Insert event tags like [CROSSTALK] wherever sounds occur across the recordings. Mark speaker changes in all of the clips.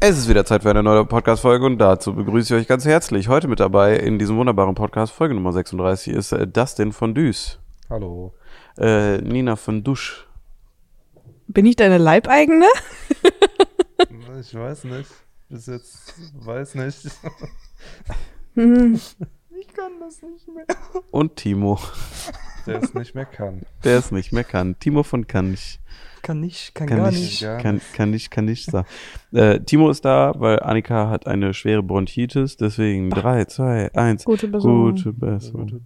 Speaker 1: Es ist wieder Zeit für eine neue Podcast-Folge und dazu begrüße ich euch ganz herzlich. Heute mit dabei in diesem wunderbaren Podcast, Folge Nummer 36, ist äh, Dustin von Düs,
Speaker 2: Hallo.
Speaker 1: äh, Nina von Dusch.
Speaker 3: Bin ich deine Leibeigene?
Speaker 2: Ich weiß nicht. Bis jetzt weiß nicht.
Speaker 3: Hm.
Speaker 2: Ich kann das nicht mehr.
Speaker 1: Und Timo, [LAUGHS]
Speaker 2: Der es nicht mehr kann.
Speaker 1: der es nicht mehr kann. Timo von Kann ich.
Speaker 4: Kann nicht, kann,
Speaker 1: Kann
Speaker 4: gar
Speaker 1: ich,
Speaker 4: nicht.
Speaker 2: Gar
Speaker 1: kann, kann ich, kann ich sagen. äh, Timo ist da, weil Annika hat eine schwere Bronchitis, deswegen 3, 2, 1.
Speaker 3: Gute Person.
Speaker 1: Gute Besserung.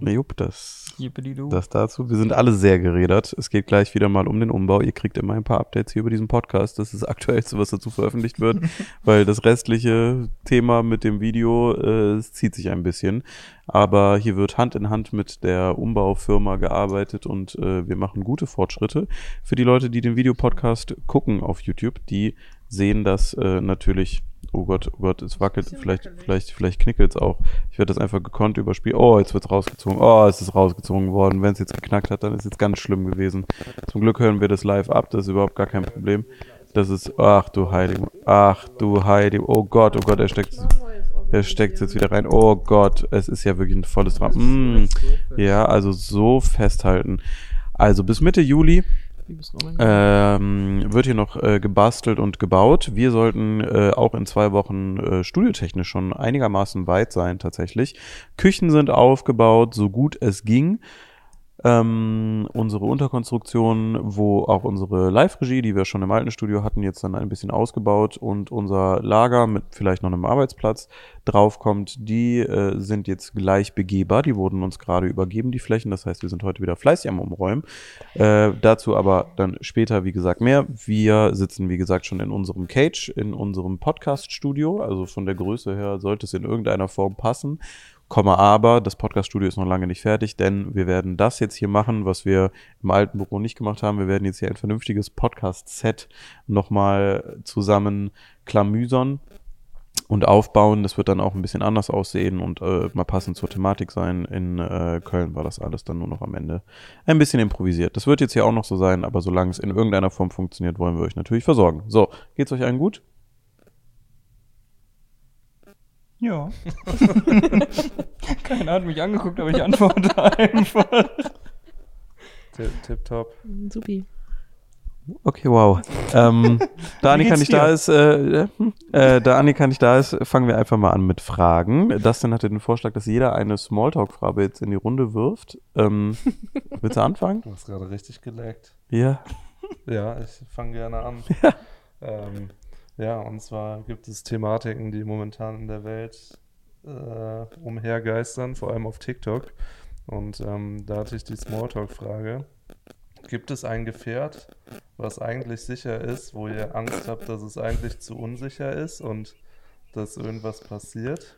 Speaker 1: Na Jupp, das
Speaker 4: Jibbelidu.
Speaker 1: Das dazu. Wir sind alle sehr geredet. Es geht gleich wieder mal um den Umbau. Ihr kriegt immer ein paar Updates hier über diesen Podcast. Das ist das Aktuellste, was dazu veröffentlicht wird, weil das restliche Thema mit dem Video, äh, es zieht sich ein bisschen. Aber hier wird Hand in Hand mit der Umbaufirma gearbeitet und äh, wir machen gute Fortschritte. Für die Leute, die den Videopodcast gucken auf YouTube, die sehen das äh, natürlich. Oh Gott, oh Gott, es wackelt. Vielleicht, vielleicht, vielleicht knickelt es auch. Ich werde das einfach gekonnt überspielen. Oh, jetzt wird's rausgezogen. Oh, es ist rausgezogen worden. Wenn es jetzt geknackt hat, dann ist jetzt ganz schlimm gewesen. Zum Glück hören wir das live ab. Das ist überhaupt gar kein Problem. Das ist. Ach du Heidi. Ach du Heidi. Oh Gott, oh Gott, er steckt. Er steckt jetzt wieder rein. Oh Gott, es ist ja wirklich ein volles Drama. Mm. Ja, also so festhalten. Also bis Mitte Juli ähm, wird hier noch äh, gebastelt und gebaut. Wir sollten äh, auch in zwei Wochen äh, studiotechnisch schon einigermaßen weit sein tatsächlich. Küchen sind aufgebaut, so gut es ging. Ähm, unsere Unterkonstruktion, wo auch unsere Live-Regie, die wir schon im alten Studio hatten, jetzt dann ein bisschen ausgebaut und unser Lager mit vielleicht noch einem Arbeitsplatz draufkommt, die äh, sind jetzt gleich begehbar. Die wurden uns gerade übergeben, die Flächen. Das heißt, wir sind heute wieder fleißig am Umräumen. Äh, dazu aber dann später, wie gesagt, mehr. Wir sitzen, wie gesagt, schon in unserem Cage, in unserem Podcast-Studio. Also von der Größe her sollte es in irgendeiner Form passen. Komma aber, das Podcast-Studio ist noch lange nicht fertig, denn wir werden das jetzt hier machen, was wir im alten Büro nicht gemacht haben. Wir werden jetzt hier ein vernünftiges Podcast-Set nochmal zusammen klamüsern und aufbauen. Das wird dann auch ein bisschen anders aussehen und äh, mal passend zur Thematik sein. In äh, Köln war das alles dann nur noch am Ende ein bisschen improvisiert. Das wird jetzt hier auch noch so sein, aber solange es in irgendeiner Form funktioniert, wollen wir euch natürlich versorgen. So, geht's euch allen gut?
Speaker 4: Ja. [LAUGHS] Keiner hat mich angeguckt, aber ich antworte einfach.
Speaker 2: Tipptopp.
Speaker 3: Supi.
Speaker 1: Okay, wow. [LAUGHS] ähm, da Annika
Speaker 4: geht's
Speaker 1: nicht
Speaker 4: dir?
Speaker 1: da ist, äh, äh, hm, äh, da Annika nicht da ist, fangen wir einfach mal an mit Fragen. Dustin hatte den Vorschlag, dass jeder eine Smalltalk-Frage jetzt in die Runde wirft. Ähm, [LAUGHS] willst du anfangen?
Speaker 2: Du hast gerade richtig geleckt.
Speaker 1: Ja.
Speaker 2: Ja, ich fange gerne an. ähm, ja, und zwar gibt es Thematiken, die momentan in der Welt äh, umhergeistern, vor allem auf TikTok. Und ähm, da hatte ich die Smalltalk-Frage. Gibt es ein Gefährt, was eigentlich sicher ist, wo ihr Angst habt, dass es eigentlich zu unsicher ist und dass irgendwas passiert?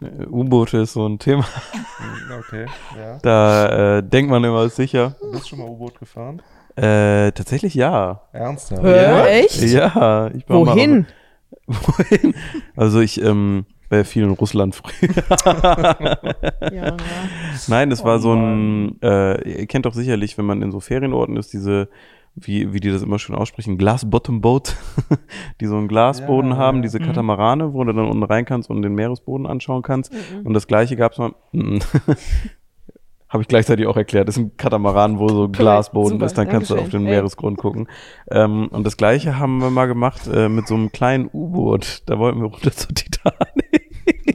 Speaker 1: Äh, U-Boote ist so ein Thema.
Speaker 2: Hm, Okay, ja.
Speaker 1: Da äh, denkt man immer, ist sicher.
Speaker 2: Bist du schon mal U-Boot gefahren?
Speaker 1: Äh, tatsächlich ja.
Speaker 2: Ernsthaft?
Speaker 1: Äh.
Speaker 3: Hä? Echt?
Speaker 1: Ja. Ich war mal auf-
Speaker 3: Wohin?
Speaker 1: Wohin? [LAUGHS] Also ich ähm, bei vielen Russland früher. [LAUGHS]
Speaker 3: Ja. [LAUGHS]
Speaker 1: Nein, das
Speaker 4: Oh
Speaker 1: war so ein, äh, ihr kennt doch sicherlich, wenn man in so Ferienorten ist, diese, wie, wie die das immer schön aussprechen, Glass-Bottom-Boat, [LAUGHS] die so einen Glasboden
Speaker 2: Ja,
Speaker 1: haben,
Speaker 2: ja.
Speaker 1: diese
Speaker 4: Mhm.
Speaker 1: Katamarane, wo du dann unten rein kannst und den Meeresboden anschauen kannst. Und das gleiche gab's mal. [LAUGHS] Mm. Habe ich gleichzeitig auch erklärt. Das ist ein Katamaran, wo so Glasboden
Speaker 3: super,
Speaker 1: ist, dann kannst du auf
Speaker 3: Dankeschön.
Speaker 1: den
Speaker 3: Ey.
Speaker 1: Meeresgrund gucken. Ähm, und das gleiche haben wir mal gemacht äh, mit so einem kleinen U-Boot. Da wollten wir runter zur Titanic.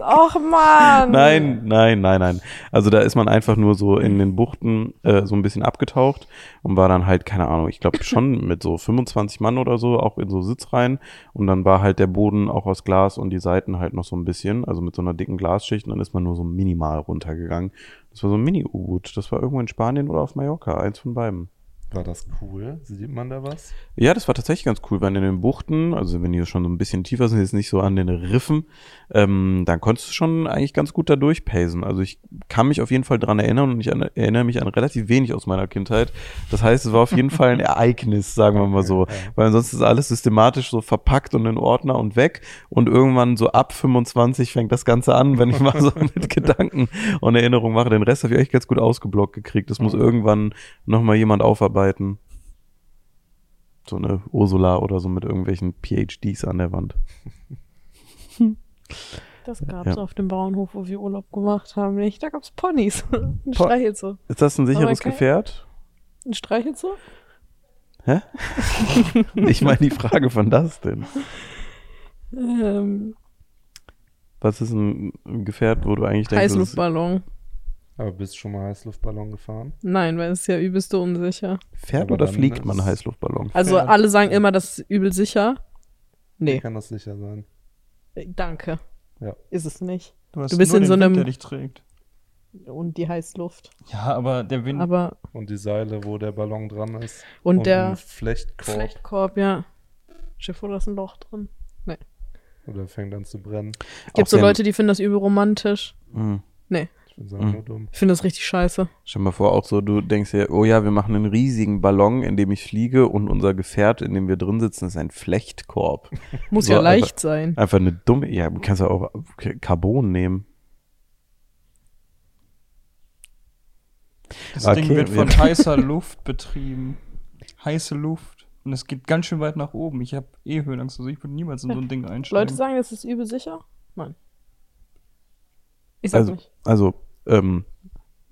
Speaker 3: Och Mann.
Speaker 1: Nein, nein, nein, nein. Also da ist man einfach nur so in den Buchten äh, so ein bisschen abgetaucht und war dann halt, keine Ahnung, ich glaube schon mit so 25 Mann oder so, auch in so Sitzreihen. Und dann war halt der Boden auch aus Glas und die Seiten halt noch so ein bisschen, also mit so einer dicken Glasschicht. Und dann ist man nur so minimal runtergegangen. Das war so ein Mini-U-Boot. Das war irgendwo in Spanien oder auf Mallorca, eins von beiden.
Speaker 2: War das cool? Sieht man da was?
Speaker 1: Ja, das war tatsächlich ganz cool, weil in den Buchten, also wenn die schon so ein bisschen tiefer sind, jetzt nicht so an den Riffen, ähm, dann konntest du schon eigentlich ganz gut da durchpacen. Also ich kann mich auf jeden Fall dran erinnern und ich an, erinnere mich an relativ wenig aus meiner Kindheit. Das heißt, es war auf jeden Fall ein Ereignis, sagen wir mal so. Weil ansonsten ist alles systematisch so verpackt und in Ordner und weg. Und irgendwann so ab 25 fängt das Ganze an, wenn ich mal so [LAUGHS] mit Gedanken und Erinnerungen mache. Den Rest habe ich echt ganz
Speaker 3: Mhm.
Speaker 1: gut ausgeblockt gekriegt. Das muss irgendwann nochmal jemand aufarbeiten. so eine Ursula oder so mit irgendwelchen PhDs an der Wand.
Speaker 3: Das gab's
Speaker 1: Ja.
Speaker 3: auf dem Bauernhof, wo wir Urlaub gemacht haben. Nicht? Da gab's Ponys. [LAUGHS] Ein
Speaker 1: Po-
Speaker 3: Streichelzoo.
Speaker 1: Ist das ein sicheres
Speaker 3: okay.
Speaker 1: Gefährt?
Speaker 3: Ein Streichelzoo?
Speaker 1: Ich meine die Frage von das denn.
Speaker 3: Ähm,
Speaker 1: Was ist ein ein Gefährt, wo du eigentlich denkst, das ist
Speaker 3: Heißluftballon.
Speaker 2: Aber bist schon mal Heißluftballon gefahren?
Speaker 3: Nein, weil es ist ja übelst unsicher.
Speaker 1: fährt
Speaker 2: Aber
Speaker 1: oder
Speaker 2: dann
Speaker 1: fliegt
Speaker 2: ist-
Speaker 1: man Heißluftballon?
Speaker 3: Also
Speaker 2: Ja.
Speaker 3: alle sagen immer, das ist übel sicher. Nee,
Speaker 2: Kann das sicher sein?
Speaker 3: äh, danke.
Speaker 2: Ja.
Speaker 3: Ist es nicht.
Speaker 4: hast
Speaker 3: Du bist
Speaker 4: nur
Speaker 3: in
Speaker 4: den
Speaker 3: so
Speaker 4: Wind,
Speaker 3: einem-
Speaker 4: der dich trägt.
Speaker 3: Und die Heißluft.
Speaker 4: Ja, aber der Wind.
Speaker 3: Aber
Speaker 2: Und die Seile, wo der Ballon dran ist.
Speaker 3: und,
Speaker 2: ein
Speaker 3: der
Speaker 2: Flechtkorb.
Speaker 3: Flechtkorb, ja. Schiff oder ist ein Loch drin.
Speaker 2: Oder fängt an zu brennen.
Speaker 1: Auch
Speaker 3: Gibt so
Speaker 1: sehr-
Speaker 3: Leute, die finden das übel romantisch.
Speaker 1: Hm.
Speaker 2: Ich bin sagen,
Speaker 1: Mhm.
Speaker 2: nur dumm.
Speaker 3: Ich finde das richtig scheiße.
Speaker 1: Stell mal vor, auch so, du denkst dir, oh ja, wir machen einen riesigen Ballon, in dem ich fliege und unser Gefährt, in dem wir drin sitzen, ist ein
Speaker 2: [LAUGHS]
Speaker 1: Flechtkorb.
Speaker 3: Muss
Speaker 1: So,
Speaker 3: ja
Speaker 1: aber-
Speaker 3: leicht sein.
Speaker 1: Einfach eine dumme, ja, du kannst ja auch K- Carbon nehmen.
Speaker 4: Das
Speaker 1: Okay,
Speaker 4: Ding wird
Speaker 1: wir-
Speaker 4: [LAUGHS] von heißer Luft betrieben. Heiße Luft. Und es geht ganz schön weit nach oben. Ich habe eh Höhenangst, also ich würde niemals in so ein Ding
Speaker 2: Äh,
Speaker 4: einsteigen.
Speaker 3: Leute sagen, das ist übel sicher? Nein. Ich sag
Speaker 1: Also-
Speaker 3: nicht.
Speaker 1: Also, ähm,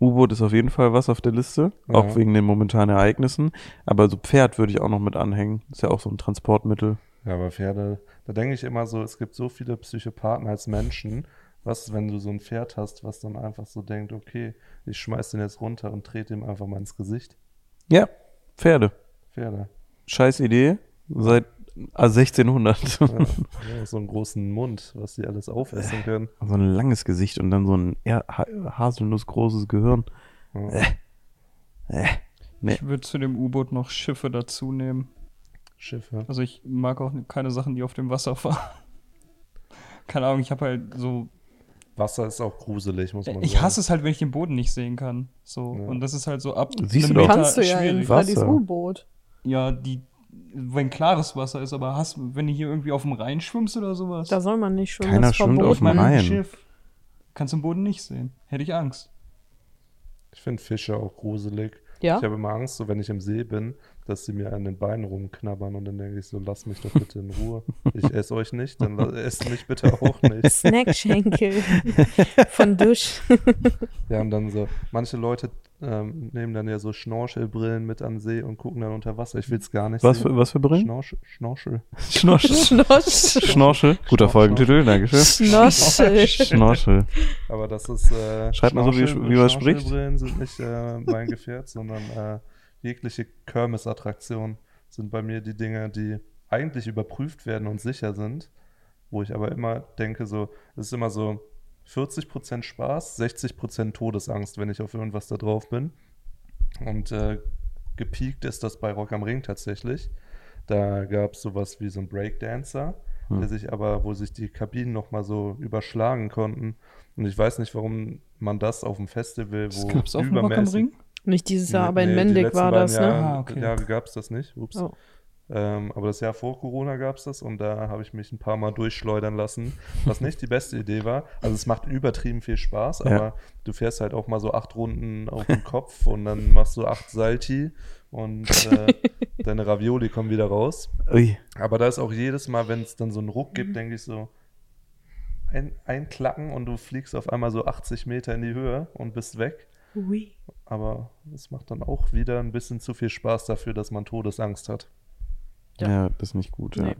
Speaker 1: U-Boot ist auf jeden Fall was auf der Liste,
Speaker 2: Ja.
Speaker 1: auch wegen den momentanen Ereignissen. Aber so Pferd würde ich auch noch mit anhängen. Ist ja auch so ein Transportmittel.
Speaker 2: Ja, aber Pferde, da denke ich immer so, es gibt so viele Psychopathen als Menschen. Was ist, wenn du so ein Pferd hast, was dann einfach so denkt, okay, ich schmeiß den jetzt runter und trete ihm einfach mal ins Gesicht?
Speaker 1: Ja, Pferde.
Speaker 2: Pferde.
Speaker 1: Scheiß Idee. Seit ah, 1600.
Speaker 2: Ja,
Speaker 4: [LAUGHS]
Speaker 2: ja, so einen großen Mund, was die alles
Speaker 4: Äh.
Speaker 2: aufessen können.
Speaker 1: [LAUGHS] So ein langes Gesicht und dann so ein eher ha- haselnussgroßes Gehirn.
Speaker 2: Ja.
Speaker 4: Äh. Ich würde zu dem U-Boot noch Schiffe dazu nehmen.
Speaker 2: Schiffe.
Speaker 4: Also ich mag auch keine Sachen, die auf dem Wasser fahren. [LAUGHS] Keine Ahnung, ich habe halt so.
Speaker 2: Wasser ist auch gruselig, muss man sagen.
Speaker 4: Ich hasse es halt, wenn ich den Boden nicht sehen kann. So.
Speaker 2: Ja.
Speaker 4: Und das ist halt so ab.
Speaker 1: Siehst
Speaker 4: einem
Speaker 1: du doch.
Speaker 4: Meter
Speaker 3: Kannst du ja in
Speaker 4: schwierig.
Speaker 1: Wasser.
Speaker 3: Freddys U-Boot.
Speaker 4: Ja, die. Wenn klares Wasser ist, aber hast, wenn du hier irgendwie auf dem Rhein schwimmst oder sowas.
Speaker 3: Da soll man nicht schwimmen.
Speaker 1: Keiner
Speaker 3: das ist
Speaker 1: schwimmt auf
Speaker 4: Ich
Speaker 1: dem
Speaker 3: verboten.
Speaker 4: meine,
Speaker 1: Rhein.
Speaker 4: ein Schiff. Kannst du den Boden nicht sehen. Hätte ich Angst.
Speaker 2: Ich finde Fische auch gruselig.
Speaker 3: Ja?
Speaker 2: Ich habe immer Angst, so wenn ich im See bin, dass sie mir an den Beinen rumknabbern und dann denke ich so, lasst mich doch bitte in Ruhe. Ich esse euch nicht, dann la- esst mich bitte
Speaker 1: [LAUGHS]
Speaker 2: auch nicht.
Speaker 3: [LAUGHS] Snackschenkel von Dusch.
Speaker 2: Ja, und dann so, manche Leute ähm, nehmen dann ja so Schnorchelbrillen mit an den See und gucken dann unter Wasser. Ich will es gar nicht
Speaker 1: Was
Speaker 2: sehen.
Speaker 1: für, was für Brillen?
Speaker 2: Schnorchel, Schnorchel. [LAUGHS]
Speaker 1: Schnorchel.
Speaker 3: Schnosch.
Speaker 1: [LAUGHS] Schnorchel. Guter
Speaker 2: Schnorchel.
Speaker 1: Folgentitel, Dankeschön.
Speaker 3: Schnoschel.
Speaker 1: Schnorchel.
Speaker 2: Aber das ist. Äh,
Speaker 1: Schreibt mal so, wie-
Speaker 2: Schnorchel-
Speaker 1: wie man spricht.
Speaker 2: Schnorchelbrillen sind nicht äh, mein Gefährt, sondern äh, jegliche Kirmesattraktionen sind bei mir die Dinge, die eigentlich überprüft werden und sicher sind, wo ich aber immer denke, so, es ist immer so 40% Spaß, 60% Todesangst, wenn ich auf irgendwas da drauf bin. Und äh, gepiekt ist das bei Rock am Ring tatsächlich. Da gab es sowas wie so einen Breakdancer,
Speaker 1: Hm.
Speaker 2: der sich aber, wo sich die Kabinen nochmal so überschlagen konnten. Und ich weiß nicht, warum man das auf dem Festival,
Speaker 4: Das
Speaker 2: wo
Speaker 4: gab's auf dem Rock am
Speaker 2: übermäßig...
Speaker 4: Ring?
Speaker 3: Nicht dieses Jahr,
Speaker 2: Nee,
Speaker 3: aber in
Speaker 2: nee, die
Speaker 3: Mendig
Speaker 2: letzten
Speaker 3: war
Speaker 2: beiden
Speaker 3: das, ne?
Speaker 2: Jahre,
Speaker 4: Ah, okay.
Speaker 2: Jahre gab es das nicht, ups.
Speaker 3: Oh.
Speaker 2: Ähm, aber das Jahr vor Corona gab es das und da habe ich mich ein paar Mal durchschleudern lassen, was nicht die beste Idee war. Also es macht übertrieben viel Spaß,
Speaker 1: Ja.
Speaker 2: aber du fährst halt auch mal so acht Runden auf den Kopf und dann machst du acht Salti und
Speaker 3: [LAUGHS]
Speaker 2: äh, deine Ravioli kommen wieder raus.
Speaker 1: Ui.
Speaker 2: Aber da ist auch jedes Mal, wenn es dann so einen Ruck gibt, denke ich so, ein, ein Klacken und du fliegst auf einmal so 80 Meter in die Höhe und bist weg.
Speaker 3: Ui.
Speaker 2: Aber es macht dann auch wieder ein bisschen zu viel Spaß dafür, dass man Todesangst hat.
Speaker 1: Ja.
Speaker 3: Ja.
Speaker 1: das ist nicht gut. Ja.
Speaker 3: Nee.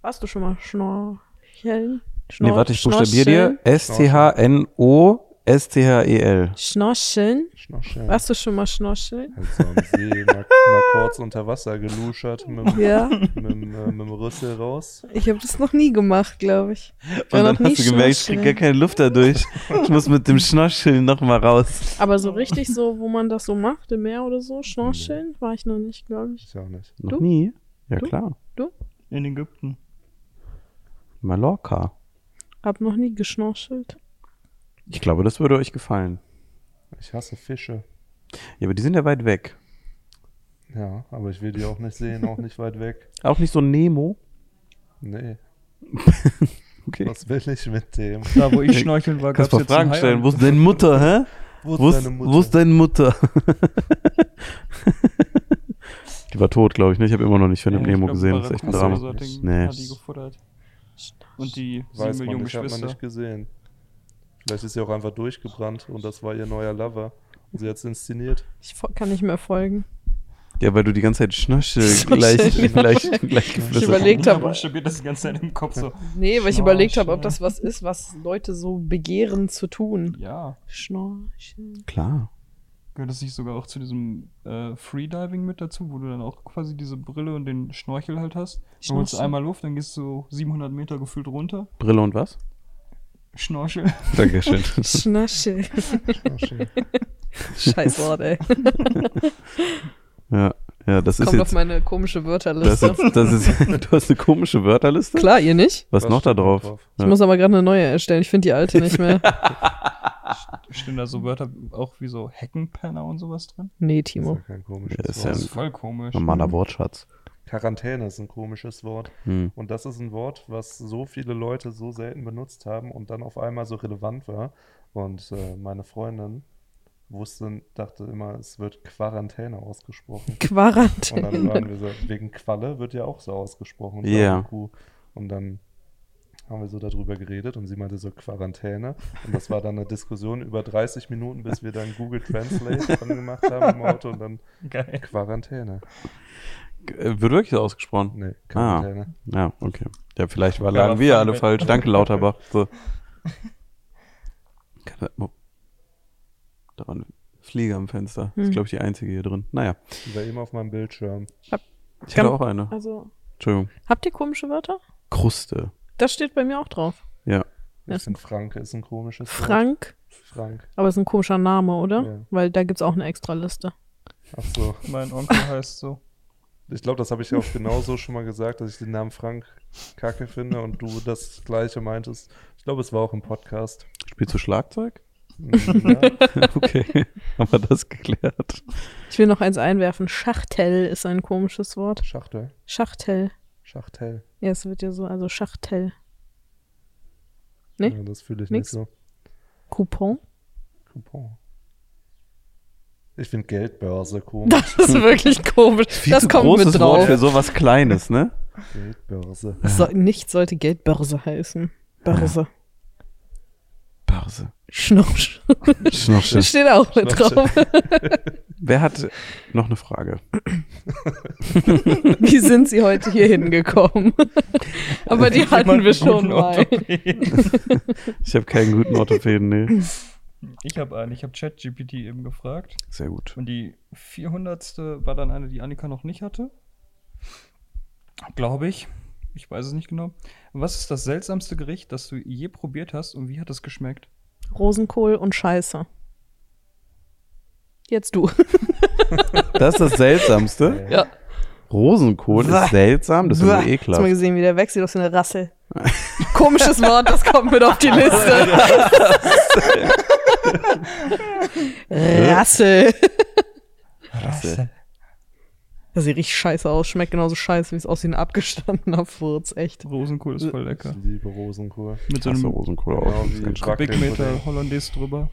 Speaker 3: Warst du schon mal Schnorcheln?
Speaker 1: Nee, warte, ich buchstabier dir. S-T-H-N-O-S-T-H-E-L.
Speaker 3: Schnorcheln?
Speaker 2: Schnorcheln.
Speaker 3: Warst du schon mal Schnorcheln?
Speaker 2: Also am See mal, mal kurz unter Wasser geluschert mit, dem-
Speaker 3: [LAUGHS] Ja.
Speaker 2: mit, dem, äh, mit dem Rüssel raus.
Speaker 3: Ich habe das noch nie gemacht, glaube ich.
Speaker 1: Und dann hast du gemerkt, ich krieg gar keine Luft dadurch. Ich muss mit
Speaker 3: [LAUGHS]
Speaker 1: dem Schnorcheln nochmal raus.
Speaker 3: Aber so richtig so, wo man das so macht, im Meer oder so, Schnorcheln,
Speaker 1: Mhm.
Speaker 3: war ich noch nicht, glaube ich.
Speaker 2: Ich auch nicht.
Speaker 1: Noch
Speaker 3: Du?
Speaker 1: nie? Ja,
Speaker 3: Du?
Speaker 1: klar.
Speaker 4: In Ägypten.
Speaker 1: Mallorca.
Speaker 3: Hab noch nie geschnorchelt.
Speaker 1: Ich glaube, das würde euch gefallen.
Speaker 2: Ich hasse Fische.
Speaker 1: Ja, aber die sind ja weit weg.
Speaker 2: Ja, aber ich will die auch nicht sehen, auch nicht weit weg.
Speaker 1: Auch nicht so Nemo.
Speaker 2: Nee,
Speaker 1: Okay.
Speaker 2: was will ich mit dem?
Speaker 4: Da, wo ich schnorcheln war, gab
Speaker 1: Kannst
Speaker 4: es
Speaker 1: mal
Speaker 4: jetzt einen
Speaker 1: Fragen
Speaker 4: Hai
Speaker 1: stellen.
Speaker 4: an-
Speaker 1: Wo ist deine Mutter, hä?
Speaker 2: Wo ist
Speaker 1: Wo ist,
Speaker 2: deine
Speaker 1: wo ist
Speaker 2: Mutter?
Speaker 1: deine Mutter? [LAUGHS] Die war tot, glaube ich. Ne? Ich habe immer noch nicht Finding
Speaker 4: ich
Speaker 1: Nemo
Speaker 4: glaub,
Speaker 1: gesehen. Das ist echt ein
Speaker 4: Barracuda
Speaker 1: Drama.
Speaker 4: oder so hat den-
Speaker 1: Nee.
Speaker 4: hat die gefuttert. Und die
Speaker 2: Weiß
Speaker 4: sieben
Speaker 2: man
Speaker 4: Millionen
Speaker 2: nicht, hat man
Speaker 4: Geschwister.
Speaker 2: nicht gesehen. Vielleicht ist sie auch einfach durchgebrannt und das war ihr neuer Lover. Und sie hat es inszeniert.
Speaker 3: Ich fo- kann nicht mehr folgen.
Speaker 1: Ja, weil du die ganze Zeit Schnöschel
Speaker 3: Schnöschel,
Speaker 1: gleich,
Speaker 3: ja.
Speaker 1: gleich, gleich geflüstert
Speaker 3: Ich überleg- überlegt habe.
Speaker 4: Aber stabiert das die ganze Zeit im Kopf so.
Speaker 3: Nee, weil ich
Speaker 4: Schnorcheln.
Speaker 3: überlegt habe, ob das was ist, was Leute so begehren zu tun.
Speaker 4: Ja.
Speaker 3: Schnorcheln.
Speaker 1: Klar.
Speaker 4: Gehört das nicht sogar auch zu diesem äh, Freediving mit dazu, wo du dann auch quasi diese Brille und den Schnorchel halt hast? Du holst
Speaker 3: Schnorchel.
Speaker 4: einmal Luft, dann gehst du 700 Meter gefühlt runter.
Speaker 1: Brille und was?
Speaker 4: [LAUGHS] Schnorchel.
Speaker 1: Dankeschön.
Speaker 3: Schnorcheln.
Speaker 1: [LAUGHS]
Speaker 2: Ach, schön.
Speaker 3: Scheiß Wort, ey.
Speaker 1: ja, ja, das ist
Speaker 3: Kommt auf
Speaker 1: jetzt.
Speaker 3: meine komische
Speaker 1: Das
Speaker 3: Wörterliste.
Speaker 1: ist, das ist, [LAUGHS] du hast eine komische Wörterliste?
Speaker 3: Klar, ihr nicht?
Speaker 1: Was, noch da
Speaker 2: steht
Speaker 1: drauf?
Speaker 3: Ich
Speaker 1: Ja.
Speaker 3: muss aber gerade eine neue erstellen. Ich finde die alte nicht mehr.
Speaker 1: [LAUGHS]
Speaker 4: Stehen da so Wörter auch wie so Heckenpenner und sowas drin?
Speaker 3: Nee,
Speaker 2: Das ist
Speaker 1: [LAUGHS]
Speaker 2: ja
Speaker 3: Timo.
Speaker 2: kein komisches
Speaker 1: Ja, ist ja
Speaker 2: Wort.
Speaker 4: Das ist voll komisch.
Speaker 1: Normaler Wortschatz.
Speaker 2: Quarantäne ist ein komisches Wort.
Speaker 1: Hm.
Speaker 2: Und das ist ein Wort, was so viele Leute so selten benutzt haben und dann auf einmal so relevant war. Und äh, meine Freundin wusste, dachte immer, es wird Quarantäne ausgesprochen. Und dann
Speaker 3: Quarantäne.
Speaker 2: waren wir so, wegen Qualle wird ja auch so ausgesprochen. und
Speaker 1: Ja.
Speaker 2: Kuh. Und dann haben wir so darüber geredet und sie meinte so Quarantäne. Und das war dann eine Diskussion über 30 Minuten, bis wir dann Google Translate angemacht haben im Auto und dann
Speaker 4: Geil.
Speaker 2: Quarantäne.
Speaker 1: G- äh, Wird wirklich so ausgesprochen?
Speaker 2: Nee, Quarantäne.
Speaker 1: Ja, okay. Ja, vielleicht war,
Speaker 4: Ja,
Speaker 1: lagen
Speaker 4: aber
Speaker 1: wir
Speaker 4: fun
Speaker 1: alle
Speaker 4: fact.
Speaker 1: falsch. Danke, Lauterbach. So. Keine- oh. Da war ein Flieger am Fenster. Ist,
Speaker 3: Hm.
Speaker 1: glaube ich, die einzige hier drin. Naja,
Speaker 2: Die war eben auf meinem Bildschirm.
Speaker 1: ich
Speaker 3: Kann-
Speaker 1: hatte auch eine.
Speaker 3: Also,
Speaker 1: Entschuldigung.
Speaker 3: habt ihr komische Wörter?
Speaker 1: Kruste.
Speaker 3: Das steht bei mir auch drauf.
Speaker 1: Ja.
Speaker 3: Ja,
Speaker 2: Ich finde Franke ist ein komisches Wort.
Speaker 3: Frank,
Speaker 2: Frank.
Speaker 3: aber ist ein komischer Name, oder?
Speaker 2: Ja.
Speaker 3: Weil da gibt es auch eine extra Liste.
Speaker 2: Ach so.
Speaker 4: Mein Onkel heißt so.
Speaker 2: Ich glaube, das habe ich auch genauso schon mal gesagt, dass ich den Namen Frank kacke finde und du das gleiche meintest. Ich glaube, es war auch im
Speaker 3: [LAUGHS]
Speaker 2: Podcast.
Speaker 1: Spielst du Schlagzeug? [LAUGHS]
Speaker 2: Ja.
Speaker 1: okay. [LAUGHS] Haben wir das geklärt?
Speaker 3: Ich will noch eins einwerfen. Schachtel ist ein komisches Wort.
Speaker 2: Schachtel.
Speaker 3: Schachtel.
Speaker 2: Schachtel.
Speaker 3: Ja, es wird ja so, also Schachtel. Nee?
Speaker 2: Ja, das fühle ich nicht
Speaker 3: Nix?
Speaker 2: so.
Speaker 3: Coupon? [LAUGHS]
Speaker 2: Coupon. Ich finde Geldbörse komisch.
Speaker 3: Das ist wirklich komisch.
Speaker 1: Hm. Viel
Speaker 3: das
Speaker 1: zu
Speaker 3: kommt
Speaker 1: großes
Speaker 3: mit
Speaker 1: Wort
Speaker 3: drauf.
Speaker 1: für sowas Kleines, ne?
Speaker 2: Geldbörse.
Speaker 3: Es soll, nicht sollte Geldbörse heißen. Börse.
Speaker 1: [LAUGHS] Börse.
Speaker 3: Schnorsch.
Speaker 1: Schnorchel.
Speaker 3: Das steht auch mit
Speaker 2: Schnorchel.
Speaker 3: drauf.
Speaker 1: Wer hat noch eine Frage?
Speaker 3: Wie sind sie heute hier
Speaker 1: [LAUGHS]
Speaker 3: hingekommen? Aber die hatten
Speaker 4: Jemand
Speaker 3: wir
Speaker 4: mit
Speaker 3: schon
Speaker 4: guten
Speaker 3: mal.
Speaker 4: Orthopäden.
Speaker 1: Ich habe keinen guten Orthopäden, nee.
Speaker 4: [LAUGHS] Ich habe einen. Ich habe ChatGPT eben gefragt.
Speaker 1: Sehr gut.
Speaker 4: Und die 400. war dann eine, die Annika noch nicht hatte. Glaube ich. Ich weiß es nicht genau. Was ist das seltsamste Gericht, das du je probiert hast und wie hat es geschmeckt?
Speaker 3: Rosenkohl und Scheiße. Jetzt du.
Speaker 1: Das ist das Seltsamste.
Speaker 2: [LAUGHS] Äh,
Speaker 3: Ja.
Speaker 1: Rosenkohl
Speaker 3: Bäh.
Speaker 1: ist seltsam, das ist
Speaker 3: Bäh.
Speaker 1: nur
Speaker 3: Hast du mal
Speaker 1: ekelhaft.
Speaker 3: gesehen, wie der wächst, sieht aus wie eine Rassel. [LAUGHS] Komisches Wort, das kommt
Speaker 1: [LAUGHS]
Speaker 3: mit auf die Liste. [LAUGHS] Rassel.
Speaker 1: Rassel.
Speaker 3: Das sieht richtig scheiße aus, schmeckt genauso scheiße, wie es aussieht wie ein abgestandener Furz, echt.
Speaker 4: Rosenkohl ist voll lecker.
Speaker 2: Ich liebe Rosenkohl.
Speaker 4: Mit so
Speaker 1: Hast du
Speaker 4: einem
Speaker 1: Rosenkohl
Speaker 2: Genau
Speaker 1: auch.
Speaker 2: wie
Speaker 1: ist ganz Hm.
Speaker 2: Quark-
Speaker 4: Big Meter Hollandaise drüber.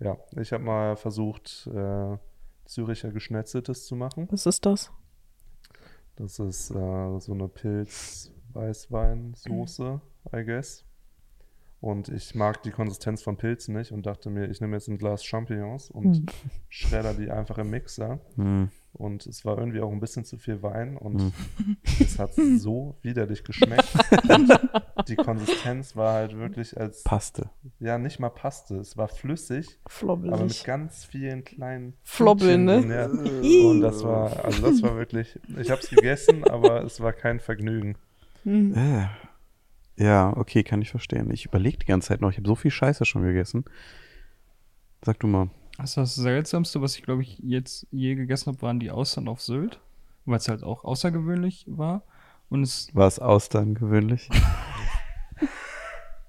Speaker 2: Ja, ich habe mal versucht, äh, Züricher Geschnetzeltes zu machen.
Speaker 3: Was ist das?
Speaker 2: Das ist äh, so eine Pilz-Weißwein-Soße, I guess. Und ich mag die Konsistenz von Pilzen nicht und dachte mir, ich nehme jetzt ein Glas Champignons und schredder die einfach im Mixer.
Speaker 1: Hm.
Speaker 2: Und es war irgendwie auch ein bisschen zu viel Wein und
Speaker 1: Mhm.
Speaker 2: es hat so widerlich geschmeckt. und die Konsistenz war halt wirklich als,
Speaker 1: Paste.
Speaker 2: ja, nicht mal Paste. Es war flüssig, aber mit
Speaker 3: Flobbelig.
Speaker 2: ganz vielen kleinen
Speaker 3: Flobbeln,
Speaker 2: Pünktchen
Speaker 3: ne?
Speaker 2: drin, Ja.
Speaker 3: Ih.
Speaker 2: Und das war, also das war wirklich, ich habe es gegessen, aber es war kein Vergnügen.
Speaker 3: Hm.
Speaker 1: Äh. Ja, okay, kann ich verstehen. Ich überlege die ganze Zeit noch. Ich habe so viel Scheiße schon gegessen. Sag du mal.
Speaker 4: Das, ist das seltsamste, was ich glaube ich jetzt je gegessen habe, waren die Austern auf Sylt, weil es halt auch außergewöhnlich war. Und es
Speaker 1: War es Austern [LAUGHS] gewöhnlich?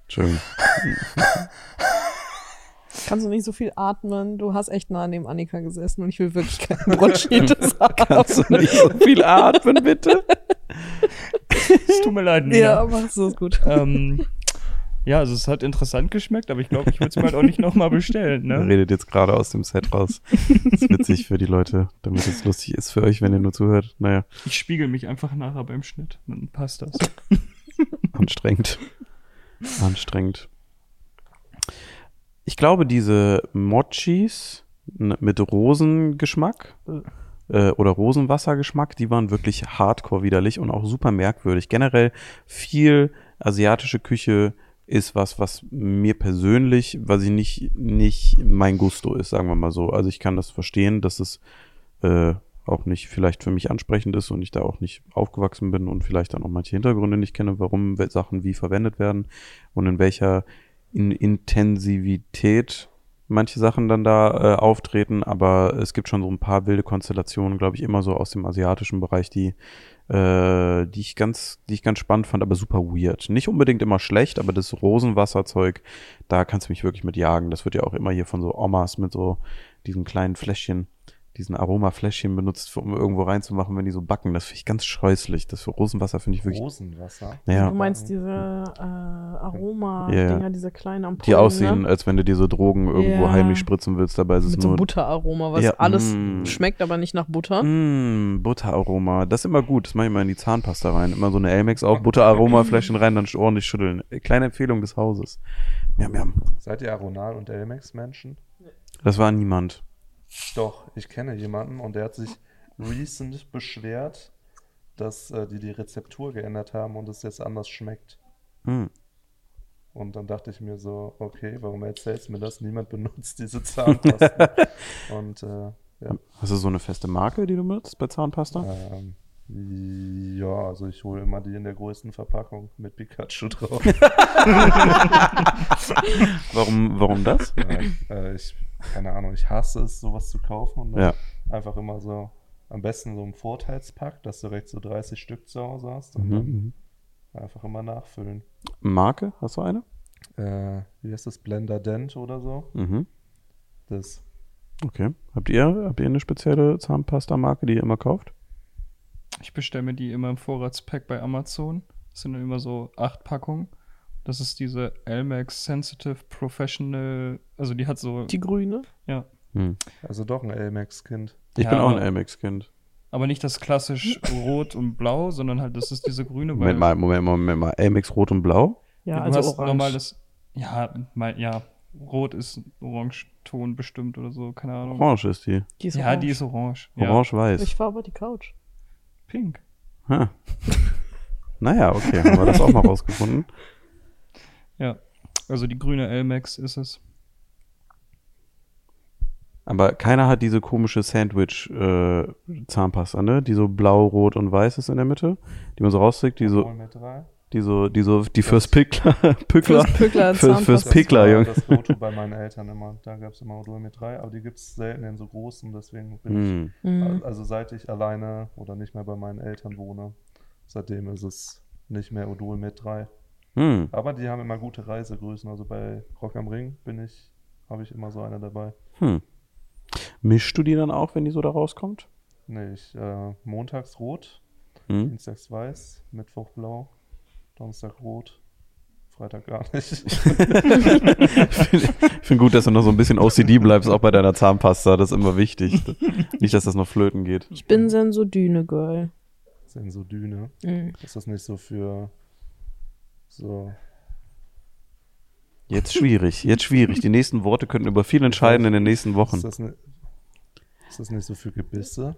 Speaker 1: Entschuldigung.
Speaker 3: Kannst du nicht so viel atmen? Du hast echt nah neben Annika gesessen und ich will wirklich keinen [LAUGHS] Bronchitis haben.
Speaker 1: [LAUGHS] Kannst du nicht so viel atmen, [LAUGHS] bitte?
Speaker 4: es tut mir leid, Nina.
Speaker 3: Ja, aber so ist gut.
Speaker 4: ähm, Ja, also es hat interessant geschmeckt, aber ich glaube, ich würde es mir halt auch nicht nochmal bestellen.
Speaker 1: Ihr
Speaker 4: Ne?
Speaker 1: redet jetzt gerade aus dem Set raus. Das ist witzig für die Leute, damit es lustig ist für euch, wenn ihr nur zuhört. Naja,
Speaker 4: Ich spiegel mich einfach nachher beim Schnitt. Dann passt das.
Speaker 1: anstrengend. Anstrengend. Ich glaube, diese Mochis n- mit Rosengeschmack äh, oder Rosenwassergeschmack, die waren wirklich hardcore widerlich und auch super merkwürdig. Generell viel asiatische Küche ist was, was mir persönlich, was ich nicht, nicht mein Gusto ist, sagen wir mal so. Also ich kann das verstehen, dass es äh, auch nicht vielleicht für mich ansprechend ist und ich da auch nicht aufgewachsen bin und vielleicht dann auch manche Hintergründe nicht kenne, warum we- Sachen wie verwendet werden und in welcher in Intensivität manche Sachen dann da äh, auftreten. Aber es gibt schon so ein paar wilde Konstellationen, glaube ich, immer so aus dem asiatischen Bereich, die äh, die ich ganz, die ich ganz spannend fand, aber super weird. Nicht unbedingt immer schlecht, aber das Rosenwasserzeug, da kannst du mich wirklich mit jagen. Das wird ja auch immer hier von so Omas mit so diesen kleinen Fläschchen, diesen Aromafläschchen benutzt, um irgendwo reinzumachen, wenn die so backen. Das finde ich ganz scheußlich. Das Rosenwasser finde ich wirklich.
Speaker 2: Rosenwasser.
Speaker 1: Ja,
Speaker 3: Du meinst diese äh, Aroma-Dinger,
Speaker 1: Ja, ja.
Speaker 3: diese kleinen Ampullen.
Speaker 1: die aussehen,
Speaker 3: Ne?
Speaker 1: als wenn du dir so Drogen irgendwo
Speaker 3: Ja.
Speaker 1: heimlich spritzen willst. Dabei ist es
Speaker 3: Mit so
Speaker 1: nur
Speaker 3: Butteraroma, was
Speaker 1: Ja,
Speaker 3: alles
Speaker 1: mm.
Speaker 3: schmeckt, aber nicht nach Butter.
Speaker 1: Mm, Butteraroma. Das ist immer gut. Das mache ich immer in die Zahnpasta rein. Immer so eine Elmex auf, Butteraroma-Fläschchen rein, dann ordentlich schütteln. Kleine Empfehlung des Hauses. Miam, miam.
Speaker 2: Seid ihr Aronal und Elmex-Menschen?
Speaker 1: Das war niemand.
Speaker 2: Doch, ich kenne jemanden und der hat sich recent beschwert, dass äh, die die Rezeptur geändert haben und es jetzt anders schmeckt.
Speaker 1: Hm.
Speaker 2: Und dann dachte ich mir so, okay, warum erzählst du mir das? Niemand benutzt
Speaker 3: [LAUGHS]
Speaker 2: diese Zahnpasten. und äh, ja,
Speaker 1: Hast du so eine feste Marke, die du benutzt bei Zahnpasta?
Speaker 2: ähm, ja, also ich hole immer die in der größten Verpackung mit Pikachu drauf.
Speaker 1: [LAUGHS] Warum, warum das?
Speaker 2: Äh, äh, ich, keine Ahnung, ich hasse es, sowas zu kaufen und dann
Speaker 1: Ja.
Speaker 2: einfach immer so, am besten so einen Vorteilspack, dass du direkt so 30 Stück zu Hause hast und
Speaker 1: Mhm.
Speaker 2: dann einfach immer nachfüllen.
Speaker 1: Marke? Hast du eine?
Speaker 2: Äh, wie heißt das? Blender Dent oder so?
Speaker 1: Mhm.
Speaker 2: Das.
Speaker 1: Okay. Habt ihr, habt ihr eine spezielle Zahnpasta-Marke, die ihr immer kauft?
Speaker 4: Ich bestelle mir die immer im Vorratspack bei Amazon. Das sind dann immer so acht Packungen. Das ist diese Elmex Sensitive Professional. Also die hat so.
Speaker 3: Die grüne.
Speaker 4: ja.
Speaker 1: Hm.
Speaker 2: Also doch ein Elmex-Kind.
Speaker 1: Ich
Speaker 4: Ja,
Speaker 1: bin auch ein
Speaker 4: aber-
Speaker 1: Elmex-Kind.
Speaker 4: Aber nicht das klassisch Rot und Blau, sondern halt, das ist diese grüne, weil
Speaker 1: Moment mal, Moment mal, Moment mal. Elmex rot und blau?
Speaker 3: Ja,
Speaker 4: du
Speaker 3: also
Speaker 4: hast
Speaker 3: orange.
Speaker 4: normales. Ja, mein, ja. Rot ist ein Orangeton bestimmt oder so, keine Ahnung.
Speaker 1: Orange ist die.
Speaker 3: Die ist
Speaker 4: ja,
Speaker 3: orange.
Speaker 4: die ist orange.
Speaker 1: Orange-weiß.
Speaker 3: Ich war über die Couch.
Speaker 4: Ja, pink.
Speaker 1: Ha. [LAUGHS] Naja, okay, haben wir das auch mal rausgefunden.
Speaker 4: Ja. Also die grüne Elmex ist es.
Speaker 1: Aber keiner hat diese komische Sandwich-Zahnpasta, ne? Die so blau, rot und weiß ist in der Mitte, die man so rauszieht, die so,
Speaker 2: Hol mir drei.
Speaker 1: die so, die so, die fürs Pickler, [LAUGHS] Pückler,
Speaker 3: Fürs
Speaker 1: [LAUGHS]
Speaker 3: Pückler
Speaker 1: fürs, fürs
Speaker 3: Zahnpasta.
Speaker 1: Pickler,
Speaker 2: war
Speaker 1: Junge.
Speaker 2: Das Foto bei meinen Eltern immer. Da gab es immer Hol mir drei, aber die gibt es selten in so großen, deswegen bin
Speaker 1: Hm.
Speaker 2: ich.
Speaker 3: Mhm.
Speaker 2: Also seit ich alleine oder nicht mehr bei meinen Eltern wohne, seitdem ist es nicht mehr Odol mit drei.
Speaker 1: Hm.
Speaker 2: Aber die haben immer gute Reisegrößen. Also bei Rock am Ring bin ich, habe ich immer so eine dabei.
Speaker 1: Hm. Mischst du die dann auch, wenn die so da rauskommt?
Speaker 2: Nee, ich äh, montags rot, [LAUGHS]
Speaker 1: Hm.
Speaker 2: Dienstags weiß, Mittwoch blau, Donnerstag rot, Freitag gar
Speaker 3: [LAUGHS]
Speaker 2: nicht.
Speaker 1: Ich finde gut, dass du noch so ein bisschen OCD bleibst, auch bei deiner Zahnpasta. Das ist immer wichtig. Nicht, dass das noch flöten geht.
Speaker 3: Ich bin Sensodüne-Girl.
Speaker 2: Sind so Düne.
Speaker 3: Mhm.
Speaker 2: Ist das nicht so für so
Speaker 1: Jetzt schwierig, jetzt schwierig. Die nächsten Worte könnten über viel entscheiden in den nächsten Wochen.
Speaker 2: ist das, ne, ist das nicht so für Gebisse?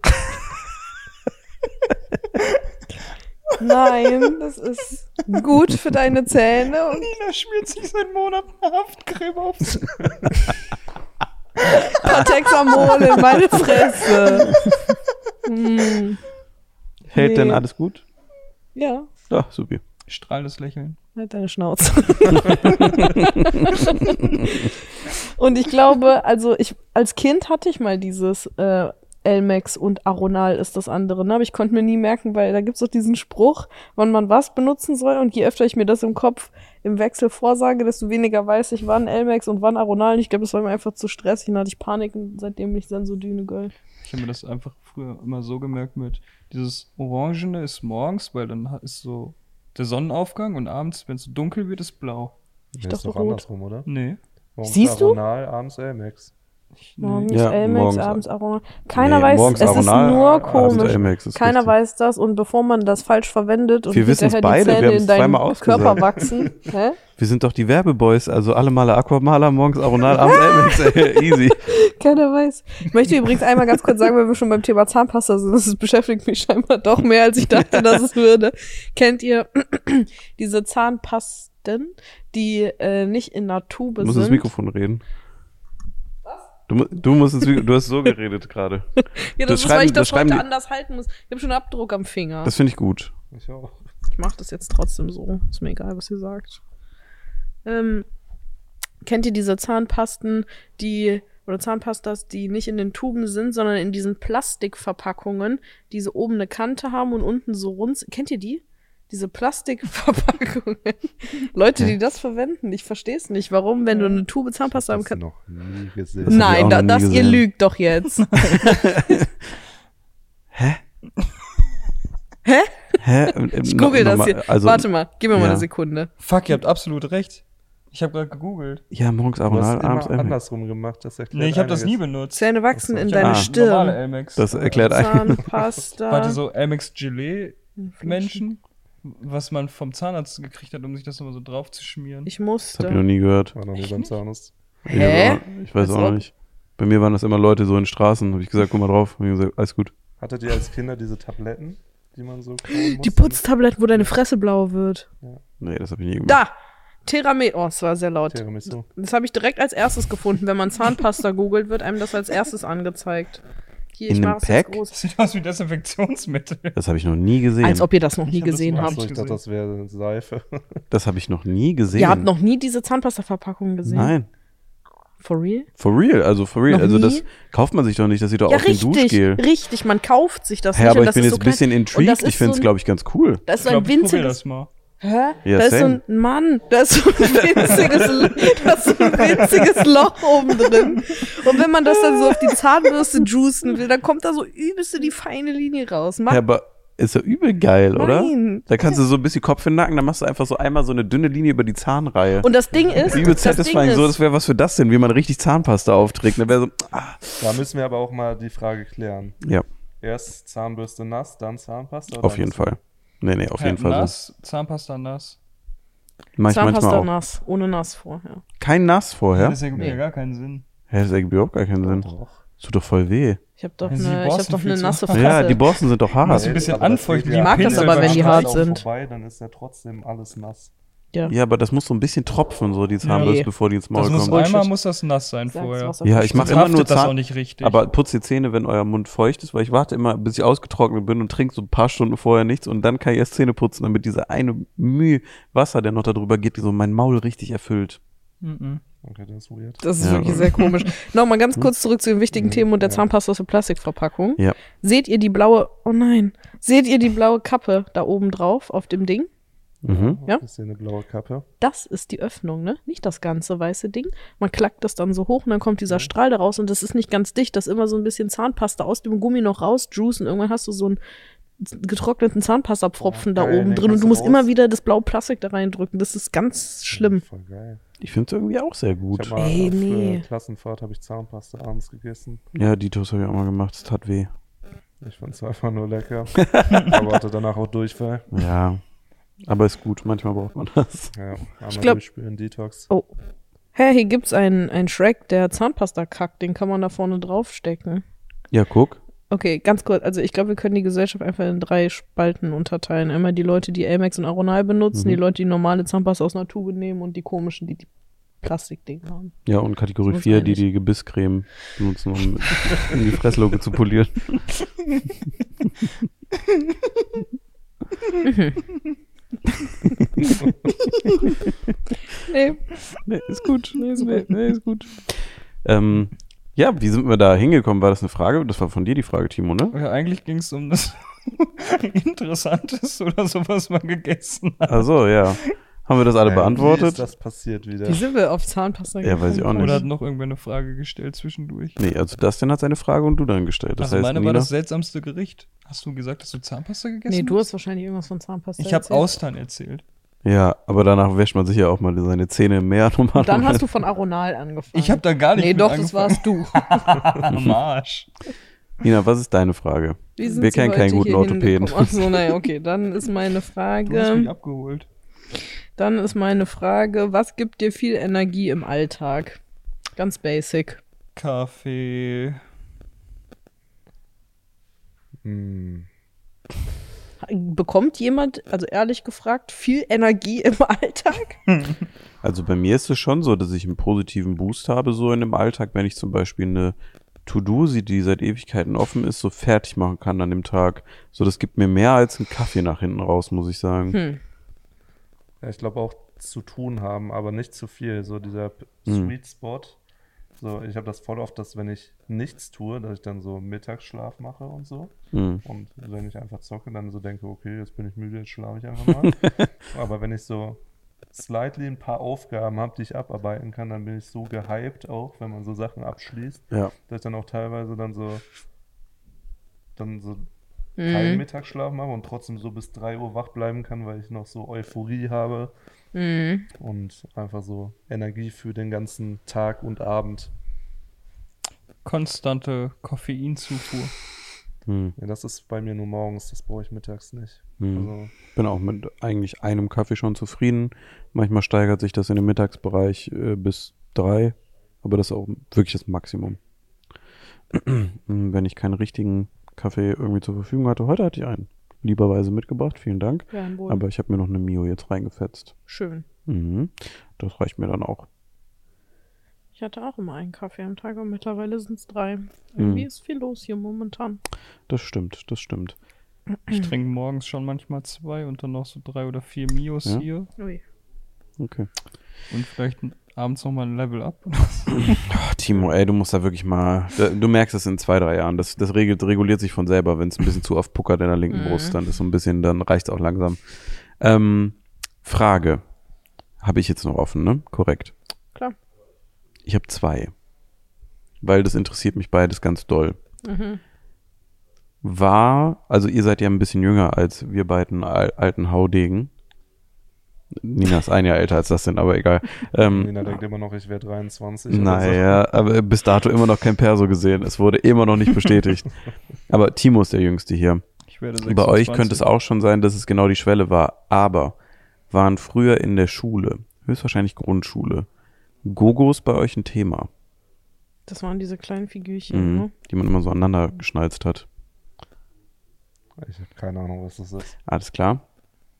Speaker 3: Nein, das ist gut für deine Zähne und
Speaker 4: Nina schmiert sich seit Monaten Haftcreme [LAUGHS] aufs
Speaker 1: [LAUGHS]
Speaker 3: Patexamol in meine Fresse. Hm.
Speaker 1: Hält denn
Speaker 3: Nee.
Speaker 1: alles gut?
Speaker 3: Ja,
Speaker 1: Ja, super.
Speaker 4: strahlendes Lächeln.
Speaker 3: halt deine Schnauze. [LAUGHS] und ich glaube, also ich als Kind hatte ich mal dieses äh, Elmex und Aronal ist das andere, ne? aber ich konnte mir nie merken, weil da gibt es doch diesen Spruch, wann man was benutzen soll und je öfter ich mir das im Kopf im Wechsel vorsage, desto weniger weiß ich, wann Elmex und wann Aronal. Und Ich glaube, das war mir einfach zu stressig, dann hatte ich Panik und seitdem bin ich Sensodüne Girl.
Speaker 4: Ich habe mir das einfach früher immer so gemerkt mit dieses Orangene ist morgens, weil dann ha- ist so der Sonnenaufgang und abends, wenn es dunkel wird, ist blau.
Speaker 2: Ich
Speaker 3: dachte
Speaker 2: ist doch
Speaker 3: rot.
Speaker 2: andersrum, oder?
Speaker 4: Nee.
Speaker 2: Morgens
Speaker 3: Siehst du?
Speaker 2: Aronal, abends Elmex.
Speaker 4: Ich, nee.
Speaker 3: Morgens
Speaker 1: Ja,
Speaker 3: Elmex,
Speaker 1: morgens.
Speaker 3: abends Aronal. Keiner
Speaker 1: Nee,
Speaker 3: weiß,
Speaker 1: morgens
Speaker 3: es ist
Speaker 1: Aronal,
Speaker 3: nur
Speaker 2: abends
Speaker 1: Abends
Speaker 3: komisch.
Speaker 1: Ah, Amex ist
Speaker 3: Keiner
Speaker 1: richtig.
Speaker 3: weiß das und bevor man das falsch verwendet und
Speaker 1: Wir wissen's
Speaker 3: hinterher
Speaker 1: beide,
Speaker 3: die
Speaker 1: wir
Speaker 3: Zähne
Speaker 1: haben's
Speaker 3: in deinen
Speaker 1: zweimal ausgesagt. [LAUGHS]
Speaker 3: Körper wachsen, hä?
Speaker 1: Wir sind doch die Werbeboys, also alle Maler Aquamaler, morgens Aronal,
Speaker 3: Ah!
Speaker 1: abends Amex.
Speaker 3: [LAUGHS]
Speaker 1: Easy.
Speaker 3: Keiner weiß. Ich möchte übrigens einmal ganz kurz sagen, weil wir schon beim Thema Zahnpasta sind, das beschäftigt mich scheinbar doch mehr, als ich dachte, dass es würde. Kennt ihr [CLEARS THROAT] diese Zahnpasten, die äh, nicht in einer Tube
Speaker 1: Du musst ins
Speaker 3: sind?
Speaker 1: Mikrofon reden. Du, mu- du musst ins Mikro- du hast so geredet gerade.
Speaker 3: Ja,
Speaker 1: Das
Speaker 3: das, ist, weil
Speaker 1: schreiben-
Speaker 3: ich
Speaker 1: das
Speaker 3: das, heute
Speaker 1: schreiben die-
Speaker 3: anders halten muss. Ich habe schon einen Abdruck am Finger.
Speaker 1: Das finde ich gut.
Speaker 2: Ich auch.
Speaker 3: Ich mache das jetzt trotzdem so. Ist mir egal, was ihr sagt. Ähm, kennt ihr diese Zahnpasten, die oder Zahnpastas, die nicht in den Tuben sind, sondern in diesen Plastikverpackungen, die so oben eine Kante haben und unten so rund. sind? Kennt ihr die? Diese Plastikverpackungen. [LAUGHS] Leute, die das verwenden, ich verstehe es nicht. Warum, wenn du eine Tube Zahnpasta haben
Speaker 2: Hast du
Speaker 3: kannst?
Speaker 2: noch nie gesehen.
Speaker 1: Das hab ich auch
Speaker 3: Nein, da,
Speaker 1: noch nie
Speaker 3: das ihr
Speaker 1: gesehen.
Speaker 3: lügt doch
Speaker 1: [LAUGHS]
Speaker 3: jetzt. [LAUGHS]
Speaker 1: Hä? Ähm, ähm,
Speaker 3: Ich
Speaker 1: no-
Speaker 3: google das
Speaker 1: nochmal,
Speaker 3: hier.
Speaker 1: Also,
Speaker 3: Warte mal, gib mir mal
Speaker 1: ja.
Speaker 3: eine Sekunde.
Speaker 4: Fuck, ihr habt absolut recht. Ich habe gerade gegoogelt.
Speaker 1: Ja, morgens
Speaker 2: Du hast
Speaker 1: Aronal, abends
Speaker 2: immer
Speaker 1: Amex.
Speaker 2: andersrum gemacht. Das erklärt
Speaker 4: Nee, ich habe das nie
Speaker 2: einiges.
Speaker 4: benutzt.
Speaker 3: Zähne wachsen
Speaker 2: Ach so,
Speaker 3: in
Speaker 2: ich
Speaker 3: deine
Speaker 1: hab- Ah.
Speaker 4: Normale
Speaker 3: Stirn. Ah.
Speaker 4: Elmex.
Speaker 1: Das erklärt eigentlich.
Speaker 3: Zahnpasta.
Speaker 4: Warte, so Elmex Gelee-Menschen, was man vom Zahnarzt gekriegt hat, um sich das nochmal so drauf zu schmieren.
Speaker 3: Ich
Speaker 1: Das
Speaker 3: musste.
Speaker 1: habe ich noch nie gehört.
Speaker 2: War noch nie
Speaker 4: Echt
Speaker 2: beim
Speaker 4: nicht?
Speaker 2: Zahnarzt.
Speaker 3: Hä?
Speaker 1: Ja, Ich weiß
Speaker 3: Als
Speaker 1: auch noch
Speaker 3: ob.
Speaker 1: nicht. Bei mir waren das immer Leute so in Straßen. Habe ich gesagt, guck mal drauf. Hab ich gesagt, alles gut.
Speaker 2: Hattet ihr als Kinder diese Tabletten, die man so kauen
Speaker 3: Die
Speaker 2: musste?
Speaker 3: Putztabletten, wo deine Fresse blau wird.
Speaker 1: Nee, das habe ich nie gemacht.
Speaker 3: Da! Theramet. Oh, es war sehr laut.
Speaker 2: Tiramisu.
Speaker 3: Das habe ich direkt als erstes gefunden. Wenn man Zahnpasta googelt, wird einem das als erstes angezeigt. Hier,
Speaker 1: In
Speaker 3: ich
Speaker 1: einem
Speaker 3: mache es jetzt
Speaker 1: Pack?
Speaker 3: groß.
Speaker 4: Das sieht aus wie Desinfektionsmittel.
Speaker 1: Das habe ich noch nie gesehen.
Speaker 3: Als ob ihr das noch nie
Speaker 4: Ich hab das
Speaker 3: gesehen
Speaker 4: mal
Speaker 3: habt.
Speaker 2: Achso, ich dachte, das wäre Seife.
Speaker 1: das habe ich noch nie gesehen.
Speaker 3: Ihr habt noch nie diese Zahnpasta-Verpackung gesehen.
Speaker 1: Nein.
Speaker 3: For real?
Speaker 1: For real, also for real.
Speaker 3: Noch
Speaker 1: also das
Speaker 3: nie?
Speaker 1: kauft man sich doch nicht, das sieht doch
Speaker 3: ja,
Speaker 1: aus wie ein
Speaker 3: richtig.
Speaker 1: Duschgel.
Speaker 3: Richtig. Man kauft sich das
Speaker 1: Hä,
Speaker 3: nicht.
Speaker 1: aber
Speaker 3: und
Speaker 1: ich
Speaker 3: das
Speaker 1: bin
Speaker 3: ist
Speaker 1: jetzt
Speaker 3: so
Speaker 1: ein
Speaker 3: klein.
Speaker 1: bisschen
Speaker 3: Und
Speaker 1: intrigued.
Speaker 3: das
Speaker 1: Ich
Speaker 3: ist so
Speaker 1: finde es,
Speaker 3: ein-
Speaker 1: glaube ich, ganz cool.
Speaker 3: Das ist so
Speaker 4: ich
Speaker 3: ein
Speaker 4: glaub, ich probier
Speaker 3: winziges
Speaker 4: das mal.
Speaker 3: Hä?
Speaker 1: Ja,
Speaker 3: da ist so
Speaker 1: same.
Speaker 3: ein Mann, da ist so ein winziges, [LAUGHS] da ist so ein winziges Loch oben drin. Und wenn man das dann so auf die Zahnbürste juicen will, dann kommt da so übelste die feine Linie raus. Mach
Speaker 1: Hä, aber ist ja übel geil, oder?
Speaker 3: Nein.
Speaker 1: Da kannst du so ein bisschen Kopf in den Nacken, dann machst du einfach so einmal so eine dünne Linie über die Zahnreihe.
Speaker 3: und das Ding ist,
Speaker 1: Übel
Speaker 3: das Ding
Speaker 1: satisfying,
Speaker 3: ist,
Speaker 1: so, das wäre was für das denn, wie man richtig Zahnpasta aufträgt. Da wäre so, ah,
Speaker 2: Da müssen wir aber auch mal die Frage klären.
Speaker 1: ja,
Speaker 2: Erst Zahnbürste nass, dann Zahnpasta?
Speaker 1: auf jeden Fall. Nee, nee, auf
Speaker 4: Ja,
Speaker 1: jeden Fall. So.
Speaker 4: Nass, Zahnpasta nass.
Speaker 1: Mach ich
Speaker 3: Zahnpasta
Speaker 1: manchmal auch.
Speaker 3: nass, ohne nass vorher.
Speaker 1: Kein Nass vorher.
Speaker 4: Das ergibt ja gar keinen Sinn.
Speaker 1: Hä, das ergibt überhaupt gar keinen Sinn. Das tut doch voll weh.
Speaker 3: Ich habe doch
Speaker 4: Ja, sie
Speaker 3: eine, ich hab
Speaker 4: borsten
Speaker 3: doch
Speaker 4: viel
Speaker 3: eine
Speaker 4: zu
Speaker 3: nasse
Speaker 4: hart.
Speaker 3: Fresse.
Speaker 1: Ja, die Borsten sind doch hart.
Speaker 4: ein bisschen anfeuchten,
Speaker 2: Ich
Speaker 4: die
Speaker 3: mag das
Speaker 4: Pinsel
Speaker 3: aber, wenn die
Speaker 4: beim
Speaker 3: hart
Speaker 4: Schneiden.
Speaker 3: sind.
Speaker 2: Vorbei, dann ist ja trotzdem alles nass.
Speaker 3: ja.
Speaker 1: Ja, aber das muss so ein bisschen tropfen, so die Zahnbürste,
Speaker 3: Nee.
Speaker 1: bevor die ins Maul
Speaker 4: eh. Das muss
Speaker 1: kommt.
Speaker 3: Bullshit.
Speaker 4: einmal muss das nass sein
Speaker 3: Sag's,
Speaker 4: vorher.
Speaker 3: was er
Speaker 1: Ja,
Speaker 3: versteht.
Speaker 1: ich mache
Speaker 4: Sonst
Speaker 1: immer
Speaker 4: haftet
Speaker 1: nur
Speaker 4: das auch
Speaker 1: Zahn.
Speaker 4: nicht richtig.
Speaker 1: Aber putz die Zähne, wenn euer Mund feucht ist, weil ich warte immer, bis ich ausgetrocknet bin und trinke so ein paar Stunden vorher nichts und dann kann ich erst Zähne putzen, damit diese eine Mühe Wasser, der noch da drüber geht, so mein Maul richtig erfüllt.
Speaker 4: Mhm.
Speaker 2: Okay, das ist weird.
Speaker 3: Das ist
Speaker 1: Ja. Mhm.
Speaker 3: wirklich sehr komisch. Nochmal ganz kurz zurück zu den wichtigen Themen und der
Speaker 2: Ja.
Speaker 3: Zahnpasta aus der Plastikverpackung.
Speaker 1: Ja.
Speaker 3: Seht ihr die blaue, oh nein, seht ihr die blaue Kappe da oben drauf auf dem Ding?
Speaker 1: Mhm.
Speaker 3: Ja?
Speaker 2: Ist hier eine blaue Kappe.
Speaker 3: Das ist die Öffnung, ne? Nicht das ganze weiße Ding. Man klackt das dann so hoch und dann kommt dieser Strahl da raus und das ist nicht ganz dicht, das ist immer so ein bisschen Zahnpasta aus dem Gummi noch raus, Juice und irgendwann hast du so einen getrockneten Zahnpastapfropfen
Speaker 2: Ja,
Speaker 3: da
Speaker 2: geil,
Speaker 3: oben
Speaker 2: den
Speaker 3: drin und
Speaker 2: kannst
Speaker 3: du
Speaker 2: du
Speaker 3: musst
Speaker 2: raus- Mhm.
Speaker 3: immer wieder das blaue Plastik da reindrücken. Das ist ganz schlimm.
Speaker 2: Voll geil.
Speaker 1: Ich finde es irgendwie auch sehr
Speaker 2: Ich
Speaker 1: gut.
Speaker 2: hab mal
Speaker 3: Ey,
Speaker 2: auf
Speaker 3: nee.
Speaker 2: äh, Klassenfahrt habe ich Zahnpasta abends gegessen.
Speaker 1: Ja, Ditos habe ich auch mal gemacht, es tat weh.
Speaker 2: Ich fand es einfach nur
Speaker 3: [LAUGHS]
Speaker 2: lecker. aber hatte danach auch Durchfall.
Speaker 1: Ja. Aber ist gut, manchmal braucht man das.
Speaker 2: Ja, einmal
Speaker 3: glaub-
Speaker 2: durchspülen, Detox.
Speaker 3: Oh. Hä, hier gibt's einen, einen Shrek, der Zahnpasta kackt, den kann man da vorne draufstecken.
Speaker 1: Ja, guck.
Speaker 3: Okay, ganz kurz. Also ich glaube, wir können die Gesellschaft einfach in drei Spalten unterteilen. Einmal die Leute, die Amex und Aronal benutzen,
Speaker 1: Mhm.
Speaker 3: die Leute, die normale Zahnpasta aus einer Tube nehmen und die komischen, die die Plastikdinger haben.
Speaker 1: Ja, und Kategorie
Speaker 3: Das muss
Speaker 1: 4, die
Speaker 3: eigentlich-
Speaker 1: die Gebisscreme benutzen, um um die Fressloge zu polieren.
Speaker 3: Nee.
Speaker 1: Nee, ist gut. Nee, ist, nee, nee, ist gut. Ähm, ja, wie sind wir da hingekommen? War das eine Frage? Das war von dir die Frage, Timo, ne?
Speaker 4: Ja, eigentlich ging es um das [LAUGHS] Interessanteste oder so, was man gegessen hat.
Speaker 1: Also ja. Haben wir das alle
Speaker 2: Ey, Äh, Wie ist
Speaker 1: beantwortet?
Speaker 2: das passiert wieder?
Speaker 3: Wie sind wir auf Zahnpasta
Speaker 1: Ja, weiß ich auch nicht.
Speaker 4: Oder hat noch irgendwer eine Frage gestellt zwischendurch?
Speaker 1: Nee, also Dustin hat seine Frage und du dann gestellt. Das
Speaker 4: also
Speaker 1: heißt,
Speaker 4: meine
Speaker 1: Nina,
Speaker 4: war das seltsamste Gericht. Hast du gesagt, dass du Zahnpasta gegessen
Speaker 3: Nee, du
Speaker 4: hast?
Speaker 3: hast wahrscheinlich irgendwas von Zahnpasta
Speaker 4: Ich habe
Speaker 3: erzählt.
Speaker 4: Austern erzählt.
Speaker 1: Ja, aber danach wäscht man sich ja auch mal seine Zähne im [LAUGHS] Meer nochmal.
Speaker 3: Dann hast du von Aronal angefangen.
Speaker 4: Ich habe da gar nicht
Speaker 3: Nee,
Speaker 4: mit
Speaker 3: doch, das
Speaker 4: angefangen.
Speaker 3: warst du.
Speaker 4: [LAUGHS] Am Arsch.
Speaker 1: Nina, was ist deine Frage?
Speaker 3: Wie sind
Speaker 1: Wir
Speaker 3: Sie
Speaker 1: kennen
Speaker 3: heute
Speaker 1: keinen guten
Speaker 3: hier
Speaker 1: Orthopäden.
Speaker 3: hingekommen? Ach so, naja, okay. Dann ist meine
Speaker 4: [LAUGHS] Du hast mich
Speaker 3: Frage,
Speaker 4: abgeholt.
Speaker 3: dann ist meine Frage, was gibt dir viel Energie im Alltag? Ganz basic.
Speaker 4: Kaffee.
Speaker 2: Hm.
Speaker 3: Bekommt jemand, also ehrlich gefragt, viel Energie im [LAUGHS] Alltag?
Speaker 1: Also bei mir ist es schon so, dass ich einen positiven Boost habe, so in dem Alltag, wenn ich zum Beispiel eine To-Do, sie- die seit Ewigkeiten offen ist, so fertig machen kann an dem Tag. So, das gibt mir mehr als einen Kaffee nach hinten raus, muss ich sagen.
Speaker 3: Hm.
Speaker 2: Ja, ich glaube auch zu tun haben, aber nicht zu viel. So dieser P-
Speaker 1: Hm.
Speaker 2: Sweet Spot. So, ich habe das voll oft, dass wenn ich nichts tue, dass ich dann so Mittagsschlaf mache und so.
Speaker 1: Hm.
Speaker 2: Und wenn ich einfach zocke, dann so denke, okay, jetzt bin ich müde, jetzt schlafe ich einfach mal.
Speaker 1: [LAUGHS]
Speaker 2: Aber wenn ich so slightly ein paar Aufgaben habe, die ich abarbeiten kann, dann bin ich so gehypt auch, wenn man so Sachen abschließt,
Speaker 1: Ja.
Speaker 2: dass ich dann auch teilweise dann so dann so keinen
Speaker 3: Hm.
Speaker 2: Mittagsschlaf mache und trotzdem so bis 3 Uhr wach bleiben kann, weil ich noch so Euphorie habe Mhm.
Speaker 3: Hm.
Speaker 2: und einfach so Energie für den ganzen Tag und Abend.
Speaker 4: Konstante Koffeinzufuhr.
Speaker 1: Hm.
Speaker 2: Ja, das ist bei mir nur morgens, das brauche ich mittags nicht.
Speaker 1: Hm.
Speaker 2: Also,
Speaker 1: Bin auch mit eigentlich einem Kaffee schon zufrieden. Manchmal steigert sich das in den Mittagsbereich äh, bis drei, aber das ist auch wirklich das Maximum. [CLEARS THROAT] Hm, Wenn ich keinen richtigen Kaffee irgendwie zur Verfügung hatte, heute hatte ich einen. Lieberweise mitgebracht, vielen Dank.
Speaker 3: Gern
Speaker 1: Aber ich habe mir noch eine Mio jetzt reingefetzt.
Speaker 3: Schön.
Speaker 1: Mhm. Das reicht mir dann auch.
Speaker 3: Ich hatte auch immer einen Kaffee am Tag und mittlerweile sind es drei. Irgendwie
Speaker 1: Hm.
Speaker 3: ist viel los hier momentan.
Speaker 1: Das stimmt, das stimmt.
Speaker 4: Ich trinke morgens schon manchmal zwei und dann noch so drei oder vier Mios
Speaker 1: Ja.
Speaker 4: hier.
Speaker 3: Ui.
Speaker 1: Okay.
Speaker 4: Und vielleicht abends nochmal ein Level up.
Speaker 1: Ach, Timo, ey, du musst da wirklich mal. da- Du merkst es in zwei, drei Jahren. Das, das regelt, reguliert sich von selber, wenn es ein bisschen zu oft puckert in der linken
Speaker 3: Mhm.
Speaker 1: Brust, dann ist so ein bisschen, dann reicht es auch langsam. Ähm, Frage. Habe ich jetzt noch offen, ne? Korrekt.
Speaker 3: Klar.
Speaker 1: Ich habe zwei. Weil das interessiert mich beides ganz doll.
Speaker 3: Mhm.
Speaker 1: war, also ihr seid ja ein bisschen jünger als wir beiden al alten Haudegen. Nina ist ein Jahr älter als das sind, aber egal. Ähm,
Speaker 2: Nina denkt immer noch, ich wäre 23. oder so.
Speaker 1: naja, aber bis dato immer noch kein Perso gesehen. Es wurde immer noch nicht bestätigt. aber Timo ist der Jüngste hier.
Speaker 4: Ich werde
Speaker 1: Bei euch
Speaker 4: 26.
Speaker 1: könnte es auch schon sein, dass es genau die Schwelle war. Aber waren früher in der Schule, höchstwahrscheinlich Grundschule, Gogos bei euch ein Thema,
Speaker 3: Das waren diese kleinen Figürchen,
Speaker 1: mhm.
Speaker 3: ne?
Speaker 1: die man immer so aneinander geschnalzt hat.
Speaker 2: Ich habe keine Ahnung, was das ist.
Speaker 1: Alles klar?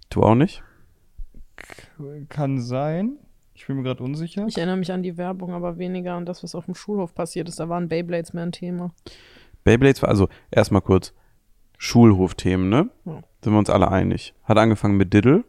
Speaker 1: Du auch nicht?
Speaker 4: Kann sein. Ich bin mir gerade unsicher.
Speaker 3: Ich erinnere mich an die Werbung, aber weniger an das, was auf dem Schulhof passiert ist. Da waren Beyblades mehr ein Thema.
Speaker 1: Beyblades war also erstmal kurz Schulhofthemen, ne?
Speaker 3: Ja.
Speaker 1: Sind wir uns alle einig. Hat angefangen mit Diddle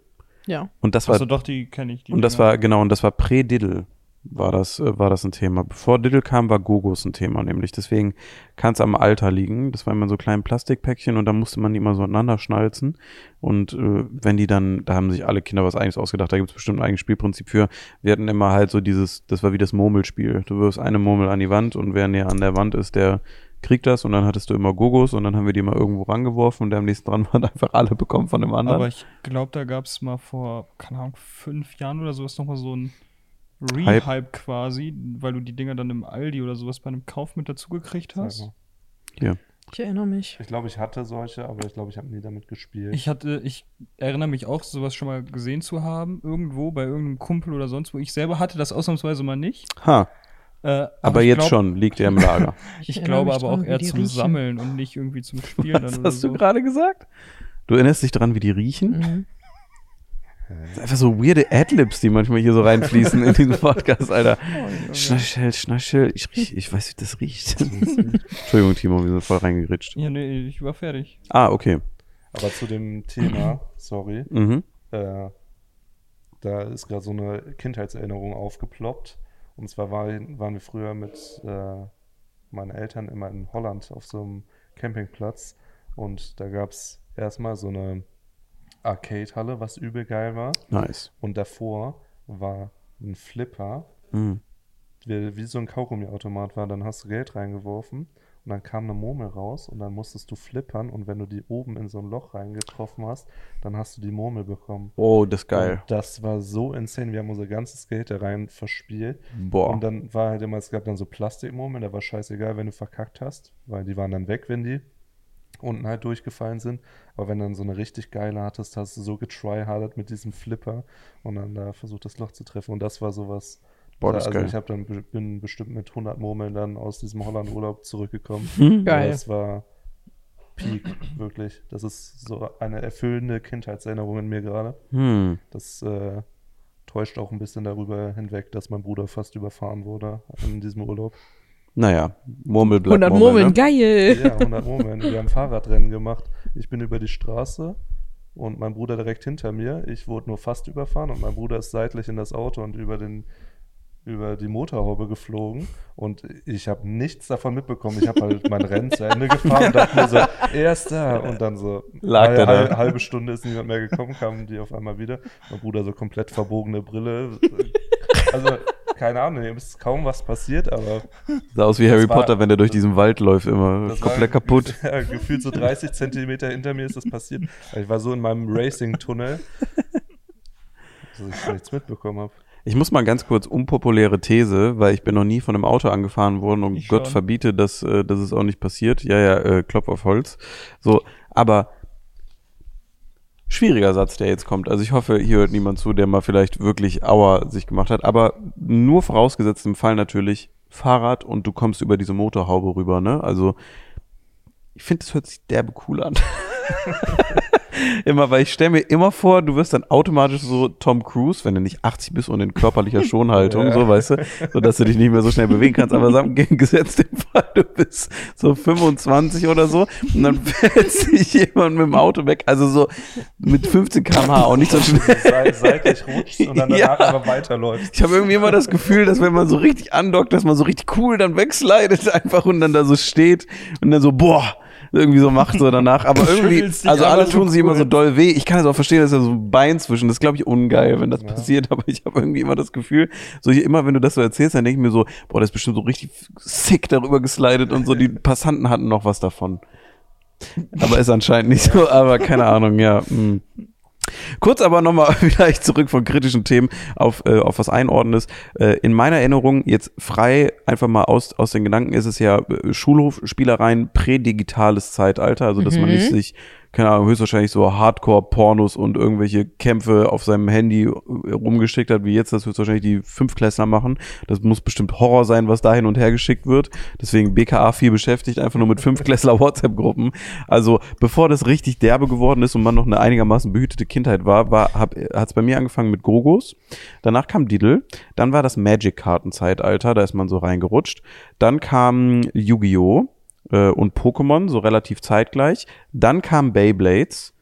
Speaker 3: Ja.
Speaker 1: und das war
Speaker 4: Achso, doch, die kenne ich. Die
Speaker 1: und das
Speaker 4: Dinger.
Speaker 1: war genau und das war Prä-Diddle war das äh, war das ein Thema. Bevor Diddle kam, war Gogos ein Thema nämlich. Deswegen kann es am Alter liegen. Das war immer so kleine Plastikpäckchen und da musste man die immer so aneinander schnalzen und äh, wenn die dann da haben sich alle Kinder was eigenes ausgedacht. Da gibt es bestimmt ein eigenes Spielprinzip für. Wir hatten immer halt so dieses das war wie das Murmelspiel. Du wirfst eine Murmel an die Wand und wer näher an der Wand ist, der kriegt das und dann hattest du immer Gogos und dann haben wir die mal irgendwo rangeworfen und der am nächsten dran [LAUGHS] war hat einfach alle bekommen von dem anderen.
Speaker 4: Aber ich glaube, da gab es mal vor, keine Ahnung, fünf Jahren oder sowas nochmal so ein
Speaker 1: Hype.
Speaker 4: Rehype quasi, weil du die Dinger dann im Aldi oder sowas bei einem Kauf mit dazu gekriegt
Speaker 2: Sag
Speaker 4: hast.
Speaker 2: mal.
Speaker 3: Ich erinnere mich.
Speaker 2: Ich glaube, ich hatte solche, aber ich glaube, ich habe nie damit gespielt.
Speaker 4: Ich hatte, ich erinnere mich auch, sowas schon mal gesehen zu haben, irgendwo bei irgendeinem Kumpel oder sonst wo. Ich selber hatte das ausnahmsweise mal nicht.
Speaker 1: ha,
Speaker 4: Äh, aber
Speaker 1: aber
Speaker 4: ich
Speaker 1: jetzt
Speaker 4: glaub-
Speaker 1: schon liegt er im Lager.
Speaker 4: Ich,
Speaker 3: erinnere
Speaker 4: glaube
Speaker 3: mich
Speaker 4: aber
Speaker 3: dran,
Speaker 4: auch
Speaker 3: wie
Speaker 4: eher
Speaker 3: die
Speaker 4: zum
Speaker 3: riechen.
Speaker 4: Sammeln und nicht irgendwie
Speaker 1: [LAUGHS]
Speaker 4: zum Spielen
Speaker 1: Was
Speaker 4: dann oder
Speaker 1: hast
Speaker 4: so.
Speaker 1: du gerade gesagt? Du erinnerst dich daran, wie die riechen?
Speaker 3: Mhm.
Speaker 1: Das sind einfach so weirde Adlibs, die manchmal hier so reinfließen in diesen Podcast, Alter.
Speaker 4: Oh,
Speaker 1: Schnaschel, Schnaschel. Ich, riech, ich weiß, wie das riecht. Entschuldigung, Timo, wir sind voll reingeritscht.
Speaker 4: Ja, nee, ich
Speaker 1: [LAUGHS]
Speaker 4: war fertig. [LAUGHS]
Speaker 1: Ah, okay.
Speaker 2: aber zu dem Thema, sorry,
Speaker 1: Mhm.
Speaker 2: äh, da ist gerade so eine Kindheitserinnerung aufgeploppt. Und zwar war, waren wir früher mit äh, meinen Eltern immer in Holland auf so einem Campingplatz. Und da gab es erstmal so eine Arcade-Halle, was übel geil war.
Speaker 1: Nice.
Speaker 2: Und davor war ein Flipper,
Speaker 1: Mhm.
Speaker 2: wie, wie so ein Kaugummiautomat war, dann hast du Geld reingeworfen Und dann kam eine Murmel raus und dann musstest du flippern und wenn du die oben in so ein Loch reingetroffen hast, dann hast du die Murmel bekommen.
Speaker 1: Oh, das ist geil.
Speaker 2: Und das war so insane. Wir haben unser ganzes Geld da rein verspielt.
Speaker 1: Boah.
Speaker 2: Und dann war halt immer, es gab dann so Plastikmurmeln, da war scheißegal, wenn du verkackt hast, weil die waren dann weg, wenn die unten halt durchgefallen sind. Aber wenn du dann so eine richtig geile hattest, hast du so getryhardet mit diesem Flipper und dann da versucht, das Loch zu treffen. Und das war sowas.
Speaker 1: Boah, das ist
Speaker 2: also
Speaker 1: geil.
Speaker 2: ich hab dann be- bin bestimmt mit 100 Murmeln dann aus diesem Holland-Urlaub zurückgekommen.
Speaker 1: Mhm.
Speaker 4: Geil.
Speaker 2: Das war Peak, wirklich. Das ist so eine erfüllende Kindheitserinnerung in mir gerade.
Speaker 1: Hm.
Speaker 2: Das äh, täuscht auch ein bisschen darüber hinweg, dass mein Bruder fast überfahren wurde in diesem Urlaub.
Speaker 1: Naja, Murmel bleibt
Speaker 3: 100
Speaker 1: Murmel,
Speaker 3: Murmeln,
Speaker 1: ne?
Speaker 3: geil. [LAUGHS]
Speaker 2: Ja, 100 Murmeln. Wir haben Fahrradrennen gemacht. Ich bin über die Straße und mein Bruder direkt hinter mir. Ich wurde nur fast überfahren und mein Bruder ist seitlich in das Auto und über den über die Motorhaube geflogen und ich habe nichts davon mitbekommen. Ich habe halt mein Rennen zu Ende gefahren und dachte mir so, erster und dann so
Speaker 1: Lag der da.
Speaker 2: halbe Stunde ist niemand mehr gekommen, kamen die auf einmal wieder. Mein Bruder so komplett verbogene Brille. Also keine Ahnung, ihm ist kaum was passiert, aber
Speaker 1: Sah aus wie Harry
Speaker 2: war-
Speaker 1: Potter, wenn der durch diesen Wald läuft immer.
Speaker 2: das
Speaker 1: Komplett
Speaker 2: war
Speaker 1: kaputt.
Speaker 2: gef- [LAUGHS] Ja, gefühlt so 30 Zentimeter hinter mir ist das passiert. Ich war so in meinem Racing-Tunnel, dass ich nichts mitbekommen habe.
Speaker 1: Ich muss mal ganz kurz unpopuläre These, weil ich bin noch nie von einem Auto angefahren worden und
Speaker 4: Ich
Speaker 1: Gott
Speaker 4: schon.
Speaker 1: verbiete, dass, äh, dass es auch nicht passiert. Ja, ja, äh, Klopf auf Holz. So, aber schwieriger Satz, der jetzt kommt. Also ich hoffe, hier hört niemand zu, der mal vielleicht wirklich Auer sich gemacht hat. Aber nur vorausgesetzt im Fall natürlich Fahrrad und du kommst über diese Motorhaube rüber, ne? Also ich finde, das hört sich derbe cool an. [LAUGHS] immer, weil ich stelle mir immer vor, du wirst dann automatisch so Tom Cruise, wenn du nicht 80 bist und in körperlicher Schonhaltung,
Speaker 2: Ja.
Speaker 1: so weißt du, so dass du dich nicht mehr so schnell bewegen kannst, aber sagen, gesetzt im Fall, du bist so 25 oder so und dann fällt sich jemand mit dem Auto weg, also so mit 15 km/h auch nicht so schnell.
Speaker 2: Sei, seitlich
Speaker 1: [LAUGHS]
Speaker 2: rutscht und dann danach
Speaker 1: Ja.
Speaker 2: aber weiterläufst.
Speaker 1: Ich habe irgendwie immer das Gefühl, dass wenn man so richtig andockt, dass man so richtig cool dann wegslidet [LAUGHS] einfach und dann da so steht und dann so, boah, irgendwie so macht so danach. Aber irgendwie,
Speaker 4: Schüttelst dich
Speaker 1: also
Speaker 4: aber
Speaker 1: alle
Speaker 4: so
Speaker 1: tun sich immer
Speaker 4: cool.
Speaker 1: so doll weh. Ich kann es auch verstehen, dass da so ein Bein zwischen, das ist glaube ich ungeil, wenn das
Speaker 2: Ja.
Speaker 1: passiert, [LAUGHS] aber ich habe irgendwie immer das Gefühl, so hier, immer wenn du das so erzählst, dann denke ich mir so, boah, das ist bestimmt so richtig sick darüber geslidet und so, die Passanten hatten noch was davon. Aber ist anscheinend nicht so, aber keine Ahnung, ja. mm. Kurz aber nochmal [LAUGHS] vielleicht zurück von kritischen Themen auf, äh, auf was Einordnendes. Äh, in meiner Erinnerung, jetzt frei einfach mal aus, aus den Gedanken, ist es ja äh, Schulhof, Spielereien, prädigitales Zeitalter, also dass man
Speaker 3: Mhm.
Speaker 1: nicht sich, keine Ahnung, höchstwahrscheinlich so Hardcore-Pornos und irgendwelche Kämpfe auf seinem Handy äh, rumgeschickt hat, wie jetzt das höchstwahrscheinlich die Fünftklässler machen. Das muss bestimmt Horror sein, was da hin und her geschickt wird. Deswegen BKA viel beschäftigt, einfach nur mit Fünftklässler-WhatsApp-Gruppen. Also bevor das richtig derbe geworden ist und man noch eine einigermaßen behütete Kindheit war, war hat es bei mir angefangen mit Gogos. Danach kam Diddle. Dann war das Magic-Karten-Zeitalter, da ist man so reingerutscht. Dann kam Yu-Gi-Oh! Äh, und Pokémon, so relativ zeitgleich. Dann kam Beyblades.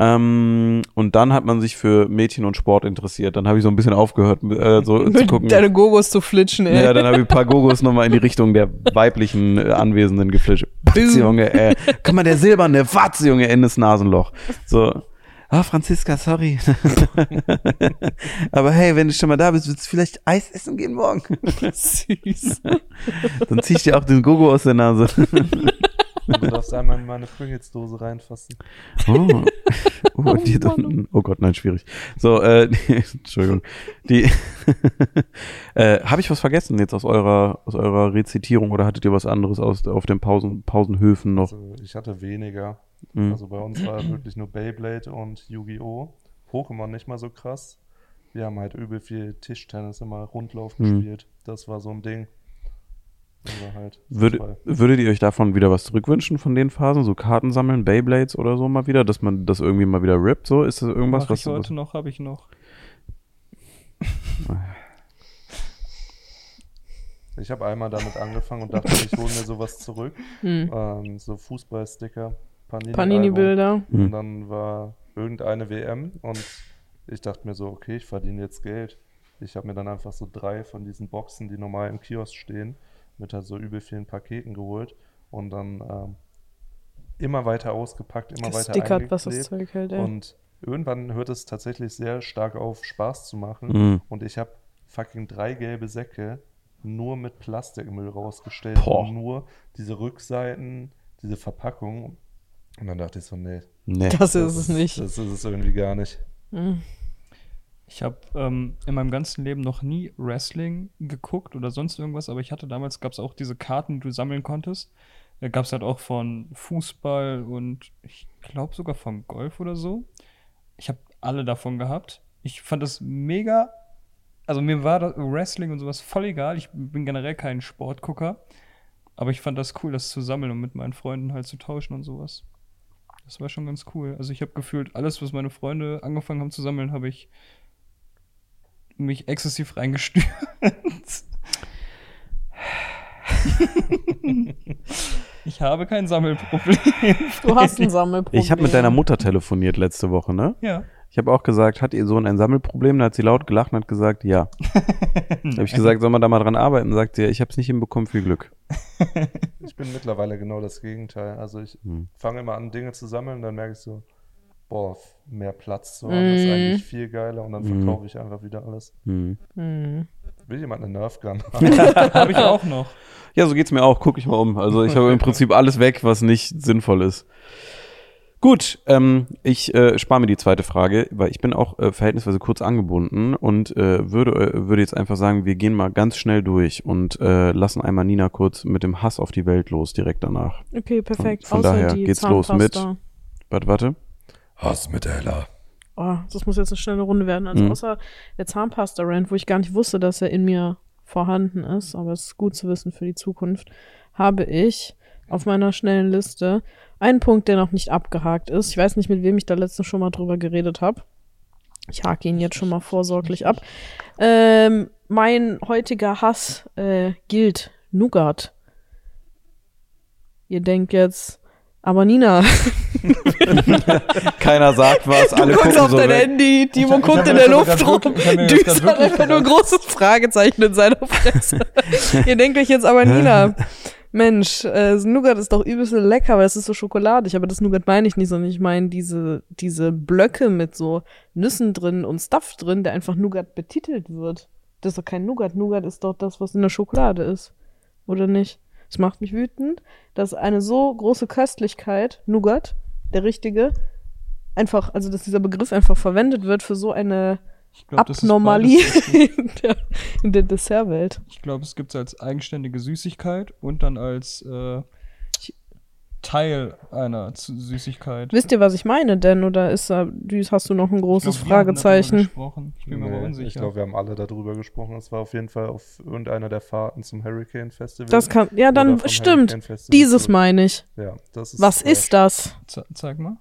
Speaker 1: Ähm, und dann hat man sich für Mädchen und Sport interessiert. Dann habe ich so ein bisschen aufgehört, äh,
Speaker 3: [LAUGHS]
Speaker 1: so zu gucken.
Speaker 3: Deine Gogos zu flitschen, ey.
Speaker 1: Ja, dann habe ich ein paar Gogos nochmal in die Richtung der weiblichen äh, Anwesenden geflischt. Batz,
Speaker 3: Boom.
Speaker 1: Junge, ey. Guck mal, der silberne, Watz, Junge, in das Nasenloch. So. Ah, Franziska, sorry. [LAUGHS] Aber hey, wenn du schon mal da bist, willst du vielleicht Eis essen gehen morgen?
Speaker 3: Süß.
Speaker 1: Dann zieh ich dir auch den Gogo aus der Nase.
Speaker 2: Und du darfst einmal in meine Pringles-Dose reinfassen.
Speaker 1: Oh, oh, und die
Speaker 3: Mann,
Speaker 1: unten. Oh Gott, nein, schwierig. So, äh, [LAUGHS] die, Entschuldigung. Die, [LAUGHS] äh, habe ich was vergessen jetzt aus eurer, aus eurer Rezitierung oder hattet ihr was anderes aus, auf den Pausen, Pausenhöfen noch?
Speaker 2: Also ich hatte weniger.
Speaker 1: Mhm.
Speaker 2: Also bei uns war wirklich nur Beyblade und Yu-Gi-Oh! Pokémon nicht mal so krass. Wir haben halt übel viel Tischtennis immer Rundlauf
Speaker 1: Mhm.
Speaker 2: gespielt. Das war so ein Ding. Also halt
Speaker 1: Würd,
Speaker 2: voll.
Speaker 1: würdet ihr euch davon wieder was zurückwünschen von den Phasen? So Karten sammeln, Beyblades oder so mal wieder, dass man das irgendwie mal wieder rippt? So, ist das irgendwas,
Speaker 4: Mach ich
Speaker 1: was,
Speaker 4: heute
Speaker 1: was
Speaker 4: noch, habe ich noch.
Speaker 2: Ich habe einmal damit angefangen und dachte, ich hole mir sowas zurück.
Speaker 3: Hm.
Speaker 2: Ähm, so Fußballsticker, Panini.
Speaker 3: Panini-Bilder.
Speaker 2: Und dann war irgendeine WM und ich dachte mir so, okay, ich verdiene jetzt Geld. Ich habe mir dann einfach so drei von diesen Boxen, die normal im Kiosk stehen, mit halt so übel vielen Paketen geholt und dann ähm, immer weiter ausgepackt, immer weiter
Speaker 3: Gestickert, was das
Speaker 2: eingeklebt.
Speaker 3: Zeug hält, ey.
Speaker 2: Und irgendwann hört es tatsächlich sehr stark auf, Spaß zu machen.
Speaker 1: Mhm.
Speaker 2: Und ich habe fucking drei gelbe Säcke nur mit Plastikmüll rausgestellt.
Speaker 1: Boah.
Speaker 2: Und nur diese Rückseiten, diese Verpackung. Und dann dachte ich so, nee.
Speaker 1: Nee.
Speaker 3: [LAUGHS] Das ist es nicht.
Speaker 2: Das ist es irgendwie gar nicht.
Speaker 3: Mhm.
Speaker 4: Ich habe ähm, in meinem ganzen Leben noch nie Wrestling geguckt oder sonst irgendwas, aber ich hatte damals, gab es auch diese Karten, die du sammeln konntest. Da gab es halt auch von Fußball und ich glaube sogar von Golf oder so. Ich habe alle davon gehabt. Ich fand das mega. Also mir war das Wrestling und sowas voll egal. Ich bin generell kein Sportgucker. Aber ich fand das cool, das zu sammeln und mit meinen Freunden halt zu tauschen und sowas. Das war schon ganz cool. Also ich habe gefühlt, alles, was meine Freunde angefangen haben zu sammeln, habe ich mich exzessiv reingestürzt. ich habe kein Sammelproblem.
Speaker 3: Du hast ein Sammelproblem.
Speaker 1: Ich habe mit deiner Mutter telefoniert letzte Woche, ne?
Speaker 4: Ja.
Speaker 1: Ich habe auch gesagt, hat ihr Sohn ein Sammelproblem? Da hat sie laut gelacht und hat gesagt,
Speaker 3: [LAUGHS]
Speaker 1: ja. Da habe ich gesagt, soll man da mal dran arbeiten? Sagt sie, ja, ich habe es nicht hinbekommen, viel Glück.
Speaker 2: Ich bin mittlerweile genau das Gegenteil. Also ich
Speaker 1: Hm.
Speaker 2: fange immer an, Dinge zu sammeln, dann merke ich so, boah, f- mehr Platz zu haben
Speaker 3: Mhm.
Speaker 2: ist eigentlich viel geiler und dann
Speaker 1: Mm.
Speaker 2: verkaufe ich einfach wieder alles.
Speaker 1: Hm.
Speaker 3: Hm.
Speaker 2: Will jemand eine Nerf Gun
Speaker 3: [LAUGHS]
Speaker 2: haben?
Speaker 4: habe ich auch noch.
Speaker 1: Ja, so geht's mir auch. Guck ich mal um. Also ich habe im Prinzip alles weg, was nicht sinnvoll ist. Gut, ähm, ich äh, spare mir die zweite Frage, weil ich bin auch äh, verhältnisweise kurz angebunden und äh, würde, äh, würde jetzt einfach sagen, wir gehen mal ganz schnell durch und äh, lassen einmal Nina kurz mit dem Hass auf die Welt los direkt danach.
Speaker 3: Okay, perfekt.
Speaker 1: Von- von
Speaker 3: Außer
Speaker 1: daher
Speaker 3: die
Speaker 1: geht's los
Speaker 3: Zahnpasta.
Speaker 1: Warte, warte.
Speaker 2: Hass mit Ella.
Speaker 3: Oh, das muss jetzt eine schnelle Runde werden. Also
Speaker 1: Mhm.
Speaker 3: außer der Zahnpasta-Rand, wo ich gar nicht wusste, dass er in mir vorhanden ist, aber es ist gut zu wissen für die Zukunft, habe ich auf meiner schnellen Liste einen Punkt, der noch nicht abgehakt ist. Ich weiß nicht, mit wem ich da letztens schon mal drüber geredet habe. Ich hake ihn jetzt schon mal vorsorglich ab. Ähm, mein heutiger Hass äh, gilt Nougat. Ihr denkt jetzt, aber Nina,
Speaker 1: Keiner sagt was,
Speaker 3: [LAUGHS] Du
Speaker 1: alle
Speaker 3: guckst
Speaker 1: gucken
Speaker 3: auf
Speaker 1: so ne?
Speaker 3: dein
Speaker 1: weg.
Speaker 3: Handy, Timo
Speaker 4: ich hab
Speaker 3: guckt
Speaker 4: mir
Speaker 3: in der
Speaker 4: das
Speaker 3: Luft
Speaker 4: sogar
Speaker 3: rum,
Speaker 4: wirklich- ich hab mir das
Speaker 3: düst
Speaker 4: sogar
Speaker 3: hat
Speaker 4: wirklich
Speaker 3: einfach nur ein großes Fragezeichen in seiner Fresse. Ihr denkt euch jetzt aber, Nina, Mensch, äh, Nougat ist doch übelst lecker, weil das ist so schokoladig, aber das Nougat meine ich nicht, sondern ich meine diese, diese Blöcke mit so Nüssen drin und Stuff drin, der einfach Nougat betitelt wird. Das ist doch kein Nougat, Nougat ist doch das, was in der Schokolade ist. Oder nicht? Es macht mich wütend, dass eine so große Köstlichkeit, Nougat, der richtige, einfach, also dass dieser Begriff einfach verwendet wird für so eine
Speaker 4: Ich glaub, das ist beides richtig.
Speaker 3: Abnormalie in [LAUGHS] der, in der Dessertwelt.
Speaker 4: Ich glaube, es gibt es als eigenständige Süßigkeit und dann als äh, Teil einer Zu- Süßigkeit.
Speaker 3: Wisst ihr, was ich meine denn? Oder ist da, Düs, hast du noch ein
Speaker 4: Ich glaub,
Speaker 3: großes
Speaker 4: wir haben darüber
Speaker 3: Fragezeichen?
Speaker 4: gesprochen. Ich bin mir aber
Speaker 2: Nee,
Speaker 4: unsicher.
Speaker 2: ich glaube, wir haben alle darüber gesprochen. Es war auf jeden Fall auf irgendeiner der Fahrten zum Hurricane Festival.
Speaker 3: Das kann, ja, dann
Speaker 2: Oder vom
Speaker 3: stimmt.
Speaker 2: Hurricane Festival
Speaker 3: Dieses
Speaker 2: zurück.
Speaker 3: meine ich.
Speaker 2: Ja, das ist
Speaker 3: Was
Speaker 2: trash.
Speaker 3: ist das?
Speaker 4: Ze- zeig mal.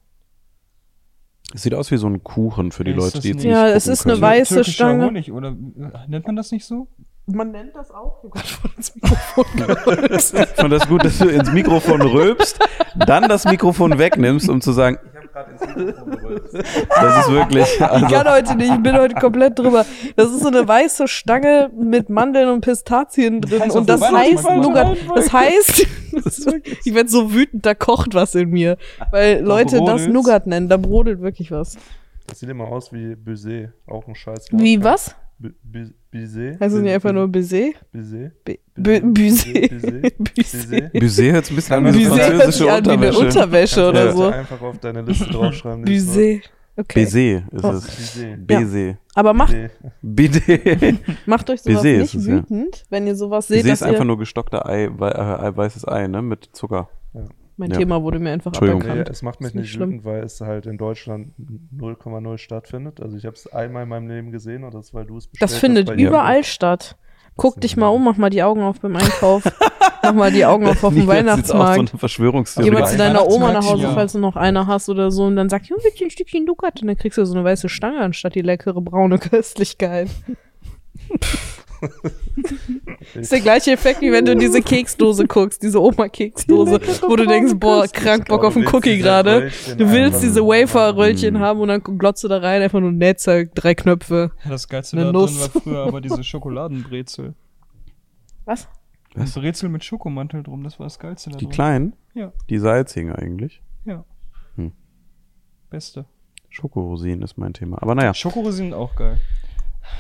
Speaker 1: Es sieht aus wie so ein Kuchen für die
Speaker 4: Ist
Speaker 1: Leute,
Speaker 4: das
Speaker 1: die jetzt
Speaker 4: nicht-
Speaker 1: nicht
Speaker 3: Ja, es
Speaker 1: gucken
Speaker 3: ist eine
Speaker 1: können.
Speaker 3: Wei- Weiße
Speaker 4: Türkischer
Speaker 3: Stange.
Speaker 4: Honig oder äh, nennt man das nicht so?
Speaker 3: Man nennt das auch. Oh Gott, voll ins Mikrofon gerülpst.
Speaker 1: Ich fand das gut, dass du ins Mikrofon rülpst, dann das Mikrofon wegnimmst, um zu sagen, ich habe gerade ins Mikrofon gerülpst. Das ist wirklich,
Speaker 3: Ich
Speaker 1: also,
Speaker 3: kann heute nicht, ich bin heute komplett drüber. Das ist so eine weiße Stange mit Mandeln und Pistazien drin.
Speaker 4: Kannst
Speaker 3: und
Speaker 4: auf
Speaker 3: das
Speaker 4: den
Speaker 3: heißt
Speaker 4: Weihnachtsmarkt
Speaker 3: Nougat.
Speaker 4: machen.
Speaker 3: Das heißt, ich werde so wütend, da kocht was in mir. Weil Leute das
Speaker 4: brodelt's.
Speaker 3: Nougat nennen, da brodelt wirklich was.
Speaker 2: Das sieht immer aus wie Baiser. Auch ein scheiß Wort.
Speaker 3: Wie was?
Speaker 2: B- B- Baiser.
Speaker 3: Heißt es nicht einfach nur Baiser?
Speaker 2: Baiser.
Speaker 3: B-
Speaker 2: Baiser.
Speaker 3: Büsé. Büsé. [LAUGHS]
Speaker 2: Baiser.
Speaker 1: Buset hört ein bisschen an wie
Speaker 3: Büsé
Speaker 1: so
Speaker 3: hört sich
Speaker 1: französische
Speaker 3: an wie eine
Speaker 1: Unterwäsche.
Speaker 3: Unterwäsche oder
Speaker 1: Ja.
Speaker 2: Kannst du
Speaker 3: so.
Speaker 2: einfach auf deine Liste draufschreiben. nächstes Mal.
Speaker 3: Baiser. Okay.
Speaker 1: Baiser ist
Speaker 3: Oh.
Speaker 1: es.
Speaker 2: Baiser.
Speaker 1: Baiser.
Speaker 3: Aber macht,
Speaker 2: Baiser.
Speaker 1: Bidet.
Speaker 3: macht euch sowas
Speaker 1: Baiser
Speaker 3: nicht
Speaker 1: ist es, ja.
Speaker 3: wütend, wenn ihr sowas seht,
Speaker 1: Baiser
Speaker 3: dass
Speaker 1: ist einfach
Speaker 3: ihr...
Speaker 1: nur gestockter Ei, wei- äh, Ei- weißes Ei, ne, mit Zucker.
Speaker 3: Mein
Speaker 1: Ja.
Speaker 3: Thema wurde mir einfach
Speaker 1: Entschuldigung.
Speaker 2: Nee,
Speaker 3: aberkannt.
Speaker 2: es macht mich
Speaker 3: Ist nicht
Speaker 2: nicht
Speaker 3: schlimm.
Speaker 2: wütend, weil es halt in Deutschland 0,0 stattfindet. Also ich habe es einmal in meinem Leben gesehen und das, weil du es bestellt
Speaker 3: Das findet
Speaker 2: hast bei
Speaker 3: überall statt. Guck
Speaker 2: Das
Speaker 3: dich
Speaker 2: ist
Speaker 3: mal
Speaker 2: egal.
Speaker 3: um, mach mal die Augen auf beim Einkauf. mach mal die
Speaker 1: [LAUGHS]
Speaker 3: Augen auf auf dem
Speaker 1: Nina sitzt auch so
Speaker 3: Weihnachtsmarkt.
Speaker 1: eine Verschwörungstheorie.
Speaker 3: Geh mal zu
Speaker 4: Weihnachtsmarkt.
Speaker 3: deiner Oma nach Hause,
Speaker 4: Ja.
Speaker 3: falls du noch eine hast oder so, und dann sagst du, willst du ein Stückchen Dukat? Und dann kriegst du so eine weiße Stange anstatt die leckere
Speaker 1: [LAUGHS]
Speaker 3: braune Köstlichkeit. ist der gleiche Effekt, wie wenn du in diese Keksdose guckst, diese Oma-Keksdose, wo du denkst, boah, krank Bock auf einen Cookie gerade. Du willst diese Wafer-Röllchen
Speaker 1: Mhm.
Speaker 3: haben und dann glotzt du da rein, einfach nur ein Netzteil, drei Knöpfe.
Speaker 4: Ja, das Geilste
Speaker 3: Eine
Speaker 4: da
Speaker 3: Nuss.
Speaker 4: drin war früher
Speaker 3: [LAUGHS]
Speaker 4: aber diese Schokoladenbrezel.
Speaker 3: Was?
Speaker 4: Ein Brezel mit Schokomantel drum, das war das Geilste da
Speaker 1: Die
Speaker 4: drin.
Speaker 1: kleinen,
Speaker 4: Ja,
Speaker 1: die salzigen eigentlich.
Speaker 4: ja.
Speaker 1: Hm.
Speaker 4: Beste.
Speaker 1: Schokorosinen ist mein Thema. Aber naja.
Speaker 4: Schokorosinen auch geil.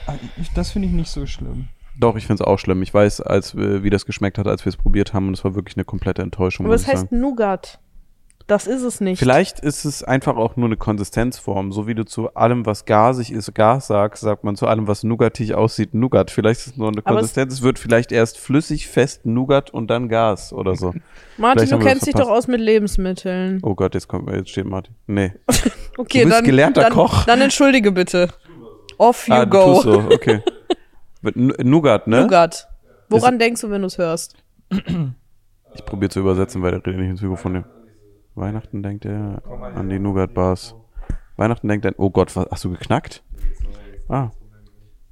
Speaker 4: Ah, ich- Das finde ich nicht so schlimm.
Speaker 1: Doch, ich finde es auch schlimm. Ich weiß, als wir, wie das geschmeckt hat, als wir es probiert haben, und es war wirklich eine komplette Enttäuschung.
Speaker 3: Aber
Speaker 1: muss
Speaker 3: es
Speaker 1: ich
Speaker 3: heißt
Speaker 1: sagen.
Speaker 3: Nougat. Das ist es nicht.
Speaker 1: Vielleicht ist es einfach auch nur eine Konsistenzform. So wie du zu allem, was gasig ist, Gas sagst, sagt man zu allem, was nougatig aussieht, Nougat. Vielleicht ist es nur eine
Speaker 3: Aber
Speaker 1: Konsistenz. Es wird vielleicht erst flüssig, fest, Nougat und dann Gas oder
Speaker 3: [LAUGHS]
Speaker 1: so.
Speaker 3: Martin,
Speaker 1: vielleicht
Speaker 3: du
Speaker 1: haben wir das
Speaker 3: kennst dich
Speaker 1: verpasst.
Speaker 3: doch aus mit Lebensmitteln.
Speaker 1: Oh Gott, jetzt kommt, jetzt steht Martin. Nee.
Speaker 3: Okay,
Speaker 1: bist
Speaker 3: dann,
Speaker 1: gelernter
Speaker 3: dann,
Speaker 1: Koch.
Speaker 3: Dann entschuldige bitte. Off you
Speaker 1: ah, du
Speaker 3: go. Oh
Speaker 1: tust so,
Speaker 3: [LAUGHS]
Speaker 1: okay. Mit N- Nougat, ne?
Speaker 3: Nougat. Woran denkst du, wenn du es hörst?
Speaker 1: Ich probiere zu übersetzen, weil der redet nicht ins Mikrofon. nimmt. Weihnachten denkt er an die Nougat-Bars. Weihnachten denkt er, oh Gott, was, hast du geknackt? Ah,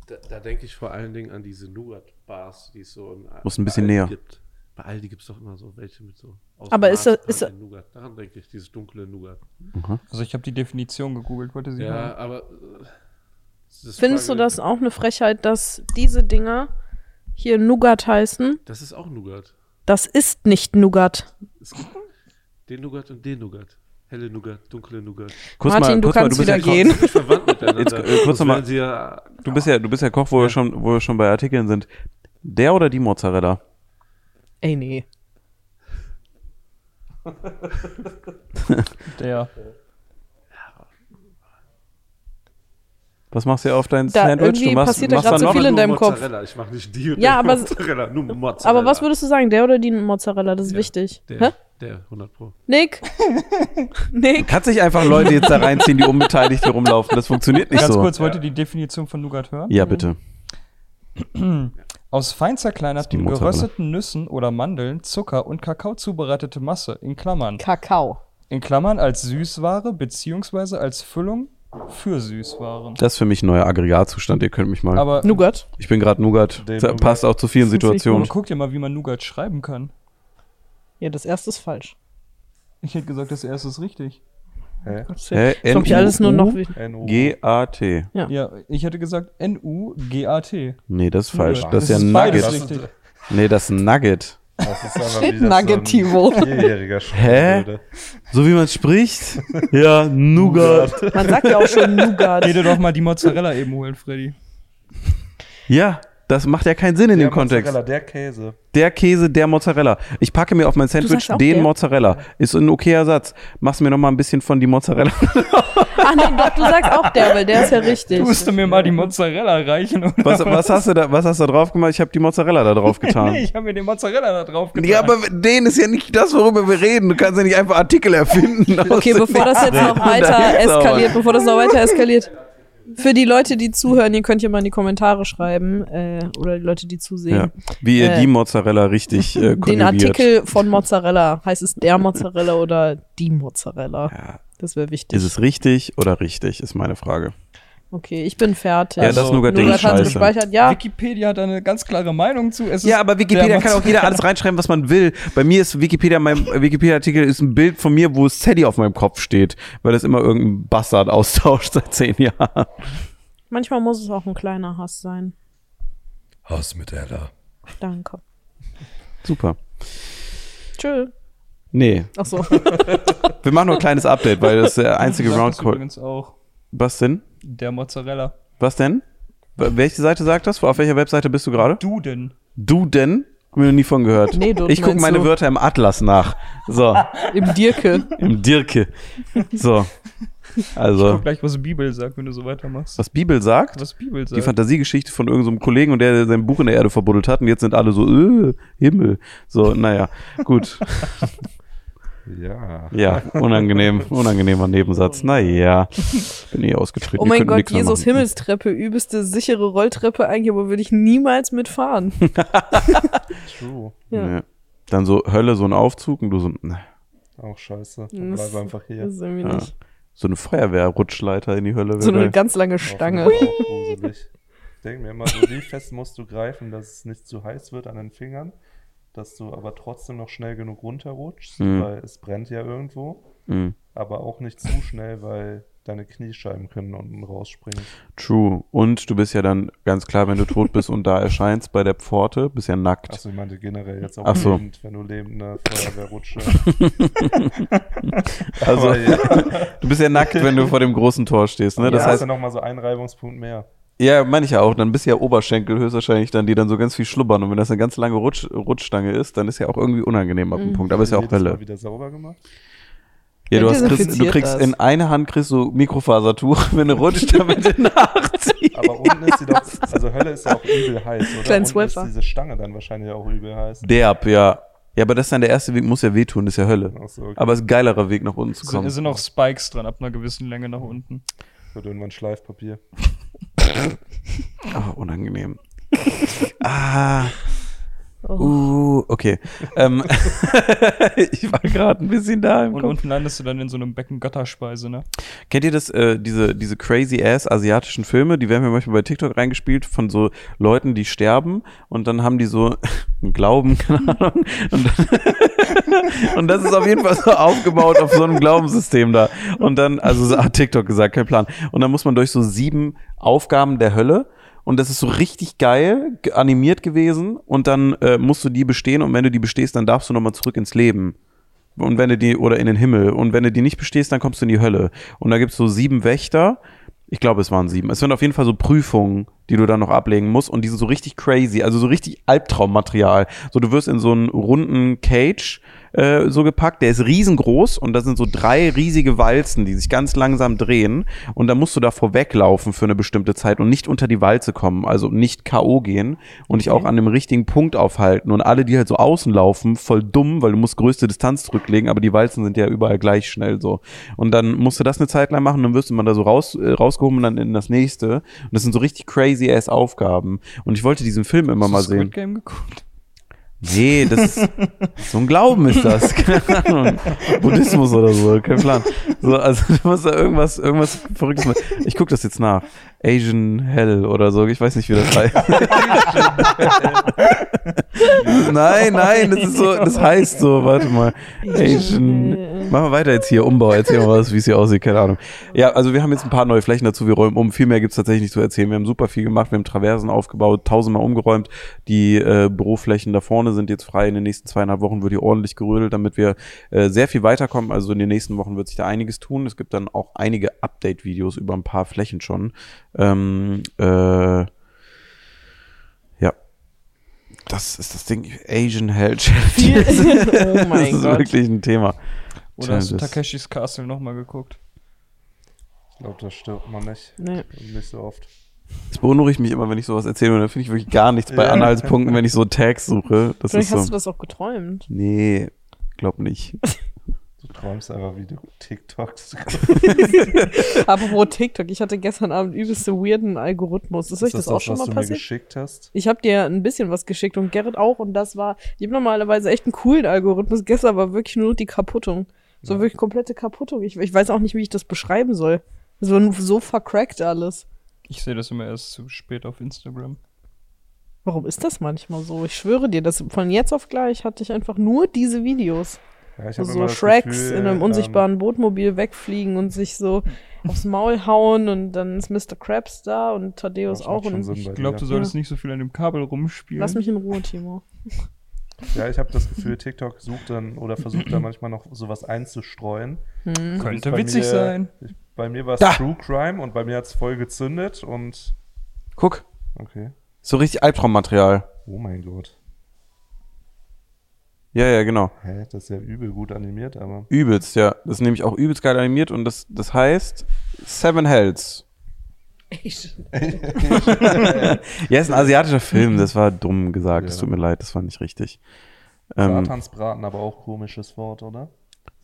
Speaker 5: Da, da denke ich vor allen Dingen an diese Nougat-Bars, die es so in
Speaker 1: Muss ein
Speaker 5: bei
Speaker 1: bisschen
Speaker 5: Aldi
Speaker 1: näher.
Speaker 5: Gibt. Bei Aldi gibt es doch immer so welche mit so aus
Speaker 3: Aber ist das-
Speaker 5: Marzipan
Speaker 3: ist das-
Speaker 5: in Nougat. Daran denke ich, dieses dunkle Nougat.
Speaker 4: Also ich habe die Definition gegoogelt, wollte sie
Speaker 5: Ja,
Speaker 4: haben.
Speaker 5: aber. äh, es ist
Speaker 3: Findest du
Speaker 5: fragwürdig.
Speaker 3: das auch eine Frechheit, dass diese Dinger hier Nougat heißen?
Speaker 5: Das ist auch Nougat.
Speaker 3: Das ist nicht Nougat.
Speaker 5: Es gibt den Nougat und den Nougat. Helle Nougat, dunkle Nougat.
Speaker 1: Kuss
Speaker 3: Martin, du kannst
Speaker 1: bist
Speaker 3: wieder
Speaker 1: ja Koch.
Speaker 3: gehen.
Speaker 5: Nicht verwandt miteinander.
Speaker 1: Jetzt, äh, kurz
Speaker 5: Sonst
Speaker 1: noch mal-
Speaker 5: wären sie ja,
Speaker 1: Du bist ja, du bist ja Koch, wo, wir schon, wo wir schon bei Artikeln sind. Der oder die Mozzarella?
Speaker 3: Ey, nee.
Speaker 4: Der.
Speaker 1: Was machst du auf dein
Speaker 3: Da,
Speaker 1: Sandwich? Du
Speaker 3: irgendwie
Speaker 1: machst,
Speaker 3: passiert da
Speaker 1: machst
Speaker 3: grad
Speaker 1: dann
Speaker 3: so
Speaker 1: noch
Speaker 3: viel in
Speaker 5: nur
Speaker 3: deinem Kopf.
Speaker 5: Mozzarella. Ich mache nicht die und
Speaker 3: Ja,
Speaker 5: den
Speaker 3: aber-
Speaker 5: Mozzarella, nur Mozzarella.
Speaker 3: Aber was würdest du sagen, der oder die Mozzarella? Das ist
Speaker 5: Ja,
Speaker 3: wichtig. Hä?
Speaker 5: der, der 100 Pro.
Speaker 3: Nick? Nick?
Speaker 1: Kannst dich einfach Leute jetzt da reinziehen, die unbeteiligt hier rumlaufen. Das funktioniert nicht
Speaker 4: Ganz
Speaker 1: so.
Speaker 4: kurz, wollt ihr die Definition von Nougat hören?
Speaker 1: Ja, bitte.
Speaker 4: Aus fein zerkleinerten,
Speaker 1: Das ist die Mozzarella.
Speaker 4: gerösteten Nüssen oder Mandeln, Zucker und Kakao zubereitete Masse, in Klammern.
Speaker 3: Kakao.
Speaker 4: In Klammern als Süßware beziehungsweise als Füllung für Süßwaren.
Speaker 1: Das ist für mich ein neuer Aggregatzustand. Ihr könnt mich mal.
Speaker 4: Aber
Speaker 3: Nougat?
Speaker 1: ich bin gerade Nougat.
Speaker 2: Dem
Speaker 1: Das Passt auch zu vielen
Speaker 3: Das ist nicht
Speaker 1: Situationen.
Speaker 4: aber guck dir mal, wie man Nougat schreiben kann.
Speaker 3: Ja, das erste ist falsch.
Speaker 4: Ich hätte gesagt, das erste ist richtig.
Speaker 2: Hä?
Speaker 1: Hä?
Speaker 3: Ich glaube, ich alles nur noch. wie-
Speaker 2: NU.
Speaker 1: G-A-T.
Speaker 4: Ja, ich hätte gesagt N-U-G-A-T.
Speaker 1: Nee, das ist falsch.
Speaker 4: Nougat.
Speaker 1: Das ist ja
Speaker 4: Das
Speaker 1: ein
Speaker 4: ist
Speaker 2: das,
Speaker 4: beides
Speaker 1: Nugget.
Speaker 4: richtig.
Speaker 2: ist,
Speaker 1: Nee, das ist ein Nugget.
Speaker 2: das ist einfach
Speaker 3: Shit,
Speaker 2: wie das
Speaker 3: Nuggetivo.
Speaker 2: so ein Vierjähriger schreiben
Speaker 1: Hä?
Speaker 2: würde.
Speaker 1: So wie man spricht? Ja, Nougat.
Speaker 3: Man sagt ja auch schon Nougat.
Speaker 4: [LAUGHS] Geh dir doch mal die Mozzarella eben holen, Freddy.
Speaker 1: Ja, das macht ja keinen Sinn in
Speaker 2: Der
Speaker 1: dem Kontext.
Speaker 2: Mozzarella, Der Käse.
Speaker 1: Der Käse, der Mozzarella. Ich packe mir auf mein Sandwich
Speaker 3: sagst auch
Speaker 1: den
Speaker 3: der?
Speaker 1: Mozzarella. Ist ein okayer Satz. Machst mir noch mal ein bisschen von die Mozzarella.
Speaker 3: Ach Ah, nee, doch, du sagst auch der, weil der ist ja richtig.
Speaker 4: Du musst du mir mal die Mozzarella reichen. Oder
Speaker 1: Was, was hast du da, was hast du da drauf gemacht? Ich habe die Mozzarella da drauf getan.
Speaker 4: Nee, ich habe mir den Mozzarella da drauf getan.
Speaker 1: ja, aber den ist ja nicht das, worüber wir reden. Du kannst ja nicht einfach Artikel erfinden.
Speaker 3: Okay, bevor das jetzt
Speaker 1: [LAUGHS]
Speaker 3: noch weiter eskaliert, bevor das noch weiter eskaliert. Für die Leute, die zuhören, ihr könnt ja mal in die Kommentare schreiben äh, oder die Leute, die
Speaker 1: Ja,
Speaker 3: zusehen.
Speaker 1: wie ihr
Speaker 3: Äh,
Speaker 1: die Mozzarella richtig äh,
Speaker 3: Den
Speaker 1: konjugiert.
Speaker 3: Artikel von Mozzarella. Heißt es der Mozzarella oder die Mozzarella?
Speaker 1: Ja.
Speaker 3: Das wäre wichtig.
Speaker 1: Ist es richtig oder richtig, ist meine Frage.
Speaker 3: okay, ich bin fertig.
Speaker 1: Ja, das Nougat-Ding
Speaker 3: also, Nougat
Speaker 1: ist
Speaker 3: hat's
Speaker 1: scheiße.
Speaker 3: gespeichert. Ja,
Speaker 4: Wikipedia hat da eine ganz klare Meinung zu. Es ist
Speaker 1: Ja, aber Wikipedia
Speaker 4: der
Speaker 1: kann auch jeder alles reinschreiben, was man will. Bei mir ist Wikipedia, mein äh, Wikipedia-Artikel ist ein Bild von mir, wo Sadie auf meinem Kopf steht, weil das immer irgendein Bastard austauscht [LAUGHS] seit zehn Jahren.
Speaker 3: manchmal muss es auch ein kleiner Hass sein.
Speaker 6: Haus mit Ella.
Speaker 3: Danke.
Speaker 1: Super.
Speaker 3: Tschö.
Speaker 1: Nee,
Speaker 3: Ach so. [LAUGHS]
Speaker 1: wir machen nur ein kleines Update, weil das ist der einzige
Speaker 4: Mozzarella.
Speaker 1: Round
Speaker 4: [LAUGHS] Sagt das
Speaker 1: Call.
Speaker 4: übrigens auch.
Speaker 1: Was denn?
Speaker 4: Der Mozzarella.
Speaker 1: Was denn? W- Welche Seite sagt das? Auf welcher Webseite bist du gerade?
Speaker 4: Du denn?
Speaker 1: Du denn? Hab ich noch nie von gehört.
Speaker 3: Nee, du
Speaker 1: ich gucke
Speaker 3: meinst
Speaker 1: meine
Speaker 3: du?
Speaker 1: Wörter im Atlas nach. So,
Speaker 3: Im Dirke.
Speaker 1: im Dirke. So.
Speaker 4: Ich
Speaker 1: Also,
Speaker 4: guck gleich, was die Bibel sagt, wenn du so weitermachst.
Speaker 1: was Bibel sagt,
Speaker 4: Was die Bibel
Speaker 1: die
Speaker 4: sagt.
Speaker 1: Fantasiegeschichte von irgendeinem Kollegen und der, der sein Buch in der Erde verbuddelt hat und jetzt sind alle so, äh, Himmel. So, naja, gut.
Speaker 2: Ja.
Speaker 1: Ja, unangenehm, unangenehmer Nebensatz. Naja, bin eh ausgetreten.
Speaker 3: Oh
Speaker 1: wir
Speaker 3: mein
Speaker 1: könnten
Speaker 3: Gott,
Speaker 1: nichts mehr
Speaker 3: Jesus
Speaker 1: machen.
Speaker 3: Himmelstreppe, übelste sichere Rolltreppe eigentlich, aber würde ich niemals mitfahren.
Speaker 2: True.
Speaker 3: Ja.
Speaker 1: Nee. Dann so Hölle, so ein Aufzug und du so, ne.
Speaker 2: Auch scheiße. Dann
Speaker 3: Das
Speaker 2: Bleib einfach hier.
Speaker 3: ist irgendwie
Speaker 1: Ja.
Speaker 3: nicht.
Speaker 1: So eine Feuerwehrrutschleiter in die Hölle.
Speaker 3: So
Speaker 1: wäre
Speaker 3: eine
Speaker 1: geil.
Speaker 3: ganz lange
Speaker 2: Auf jeden
Speaker 3: Stange.
Speaker 2: Fall auch gruselig. Ich denke mir immer, so wie fest musst du greifen, dass es nicht zu heiß wird an den Fingern, dass du aber trotzdem noch schnell genug runterrutschst,
Speaker 1: Mhm.
Speaker 2: weil es brennt ja irgendwo,
Speaker 1: Mhm.
Speaker 2: aber auch nicht zu schnell, weil deine Kniescheiben können unten rausspringen.
Speaker 1: True. Und du bist ja dann ganz klar, wenn du tot bist und da erscheinst bei der Pforte, bist ja nackt.
Speaker 2: Achso, ich meinte generell jetzt auch
Speaker 1: Ach so.
Speaker 2: lebend, wenn du lebend
Speaker 1: [LAUGHS]
Speaker 2: eine Feuerwehrrutsche.
Speaker 1: Also,
Speaker 2: Aber ja,
Speaker 1: du bist ja nackt, wenn du vor dem großen Tor stehst. [LAUGHS] Ne?
Speaker 2: das
Speaker 1: Das
Speaker 2: ja, heißt,
Speaker 1: heißt,
Speaker 2: ja nochmal so ein Reibungspunkt mehr.
Speaker 1: Ja, meine ich ja auch. Dann bist du ja Oberschenkel höchstwahrscheinlich dann, die dann so ganz viel schlubbern. Und wenn das eine ganz lange Rutsch, Rutschstange ist, dann ist ja auch irgendwie unangenehm ab dem Punkt. Aber ist ja auch
Speaker 2: Jedes Mal
Speaker 1: Hölle.
Speaker 2: wieder sauber gemacht.
Speaker 1: Ja, du,
Speaker 3: Wer
Speaker 1: hast, kriegst, du
Speaker 3: desinfiziert
Speaker 1: kriegst
Speaker 3: das?
Speaker 1: in eine Hand kriegst du Mikrofasertuch, [LAUGHS] wenn du rutscht, damit du [LAUGHS] nachziehst.
Speaker 3: [LAUGHS]
Speaker 2: Aber unten ist sie doch, also Hölle ist ja auch übel heiß, oder? unten
Speaker 3: Kleinen
Speaker 2: ist
Speaker 3: Swiffer.
Speaker 2: diese Stange dann wahrscheinlich auch übel heiß.
Speaker 1: Derb, ja. Ja, aber das ist dann der erste Weg, muss ja wehtun, das ist ja Hölle.
Speaker 2: Ach so, okay.
Speaker 1: Aber es ist ein geilerer Weg, nach unten zu
Speaker 4: Es sind,
Speaker 1: kommen.
Speaker 4: es sind auch Spikes dran, ab einer gewissen Länge nach unten.
Speaker 2: Wird irgendwann Schleifpapier.
Speaker 1: Ah, unangenehm. ah. Uh, okay. Ähm, [LAUGHS] ich war gerade ein bisschen da im
Speaker 4: Und
Speaker 1: Kopf.
Speaker 4: unten landest du dann in so einem Becken Götterspeise, ne?
Speaker 1: Kennt ihr das, äh, diese, diese crazy ass asiatischen Filme, die werden mir manchmal bei TikTok reingespielt von so Leuten, die sterben und dann haben die so [LAUGHS] einen Glauben, keine Ahnung. Und, dann, [LAUGHS] und das ist auf jeden Fall so aufgebaut auf so einem Glaubenssystem da. Und dann, also so hat TikTok gesagt, kein Plan. Und dann muss man durch so sieben Aufgaben der Hölle. Und das ist so richtig geil ge- animiert gewesen. Und dann äh, musst du die bestehen. Und wenn du die bestehst, dann darfst du nochmal zurück ins Leben. Und wenn du die, oder in den Himmel. Und wenn du die nicht bestehst, dann kommst du in die Hölle. Und da gibt's so sieben Wächter. Ich glaube, es waren sieben. Es sind auf jeden Fall so Prüfungen, die du dann noch ablegen musst. Und die sind so richtig crazy, also so richtig Albtraummaterial. So, du wirst in so einen runden Cage äh, so gepackt, der ist riesengroß und da sind so drei riesige Walzen, die sich ganz langsam drehen. Und da musst du davor weglaufen für eine bestimmte Zeit und nicht unter die Walze kommen, also nicht K.O. gehen und dich auch an dem richtigen Punkt aufhalten. Und alle, die halt so außen laufen, voll dumm, weil du musst größte Distanz zurücklegen, aber die Walzen sind ja überall gleich schnell so. Und dann musst du das eine Zeit lang machen, dann wirst du mal da so raus, äh, rausgehoben und dann in das nächste. Und das sind so richtig crazy ass Aufgaben. Und ich wollte diesen Film immer
Speaker 4: Hast du
Speaker 1: mal
Speaker 4: Squid
Speaker 1: sehen.
Speaker 4: Game geguckt?
Speaker 1: Nee, das ist, so ein Glauben ist das. Keine Ahnung. Buddhismus oder so, kein Plan. So, also du musst da irgendwas, irgendwas Verrücktes machen. Ich gucke das jetzt nach. Asian Hell oder so, ich weiß nicht, wie das heißt. nein, nein, das ist so, das heißt so, warte mal. Asian. Machen wir weiter jetzt hier, Umbau, erzähl mal was, wie es hier aussieht, keine Ahnung. Ja, also wir haben jetzt ein paar neue Flächen dazu, wir räumen um. Viel mehr gibt's tatsächlich nicht zu erzählen. Wir haben super viel gemacht, wir haben Traversen aufgebaut, tausendmal umgeräumt. Die äh, Büroflächen da vorne sind jetzt frei. In den nächsten zweieinhalb Wochen wird die ordentlich gerödelt, damit wir äh, sehr viel weiterkommen. Also in den nächsten Wochen wird sich da einiges tun. Es gibt dann auch einige Update-Videos über ein paar Flächen schon. Ähm, äh, ja. Das ist das Ding. Asian Hell [LAUGHS] Challenge.
Speaker 3: oh
Speaker 1: das
Speaker 3: mein
Speaker 1: ist
Speaker 3: Gott.
Speaker 1: wirklich ein Thema.
Speaker 4: Oder hast du
Speaker 1: Challenges.
Speaker 4: Takeshis Castle nochmal geguckt?
Speaker 2: Ich glaube, das stirbt man nicht.
Speaker 3: Nee.
Speaker 2: Und nicht so oft.
Speaker 1: Es beunruhigt mich immer, wenn ich sowas erzähle und dann finde ich wirklich gar nichts bei
Speaker 2: Ja.
Speaker 1: Anhaltspunkten, wenn ich so Tags suche. Das
Speaker 3: Vielleicht
Speaker 1: ist
Speaker 3: hast du
Speaker 1: so.
Speaker 3: das auch geträumt.
Speaker 1: Nee, glaub nicht.
Speaker 2: Du träumst einfach, wie du TikToks.
Speaker 3: Apropos TikTok, ich hatte gestern Abend übelste weirden Algorithmus. Ist euch das, auch schon
Speaker 2: was
Speaker 3: mal
Speaker 2: du mir
Speaker 3: passiert?
Speaker 2: geschickt hast?
Speaker 3: Ich habe dir ein bisschen was geschickt und Gerrit auch und das war, ich habe normalerweise echt einen coolen Algorithmus. Gestern war wirklich nur noch die Kaputtung. So wirklich komplette Kaputtung. Ich, ich weiß auch nicht, wie ich das beschreiben soll. So, so vercrackt alles.
Speaker 4: Ich sehe das immer erst zu spät auf Instagram.
Speaker 3: Warum ist das manchmal so? Ich schwöre dir, dass von jetzt auf gleich hatte ich einfach nur diese Videos.
Speaker 2: Ja, ich hab immer
Speaker 3: so
Speaker 2: das
Speaker 3: Shreks
Speaker 2: Gefühl,
Speaker 3: in einem
Speaker 2: ähm,
Speaker 3: unsichtbaren Bootmobil wegfliegen und
Speaker 2: [LAUGHS]
Speaker 3: sich so aufs Maul hauen und dann ist Mr. Krabs da und
Speaker 2: ja,
Speaker 3: Thaddeus
Speaker 2: das
Speaker 3: auch
Speaker 2: macht schon
Speaker 3: und
Speaker 2: Sinn bei
Speaker 4: Ich
Speaker 2: dir.
Speaker 4: glaube, du solltest nicht so viel an dem Kabel rumspielen.
Speaker 3: lass mich in Ruhe, Timo.
Speaker 2: Ja, ich habe das Gefühl, TikTok sucht dann oder versucht dann manchmal noch sowas einzustreuen.
Speaker 4: Könnte
Speaker 2: Bei
Speaker 4: witzig
Speaker 2: mir-
Speaker 4: sein.
Speaker 2: Ich, bei mir war es
Speaker 1: Da!
Speaker 2: True Crime und bei mir hat es voll gezündet und.
Speaker 1: Guck,
Speaker 2: Okay.
Speaker 1: so richtig Albtraummaterial.
Speaker 2: Oh mein Gott.
Speaker 1: Ja, ja, genau.
Speaker 2: Hä, das ist ja übel gut animiert, aber.
Speaker 1: Übelst, ja. Das ist nämlich auch übelst geil animiert und das, das heißt Seven Hells. [LAUGHS] Ja, ist ein asiatischer Film, das war dumm gesagt. Es
Speaker 2: Ja.
Speaker 1: tut mir leid, das war nicht richtig. Ähm,
Speaker 2: Satansbraten, aber auch komisches Wort, oder?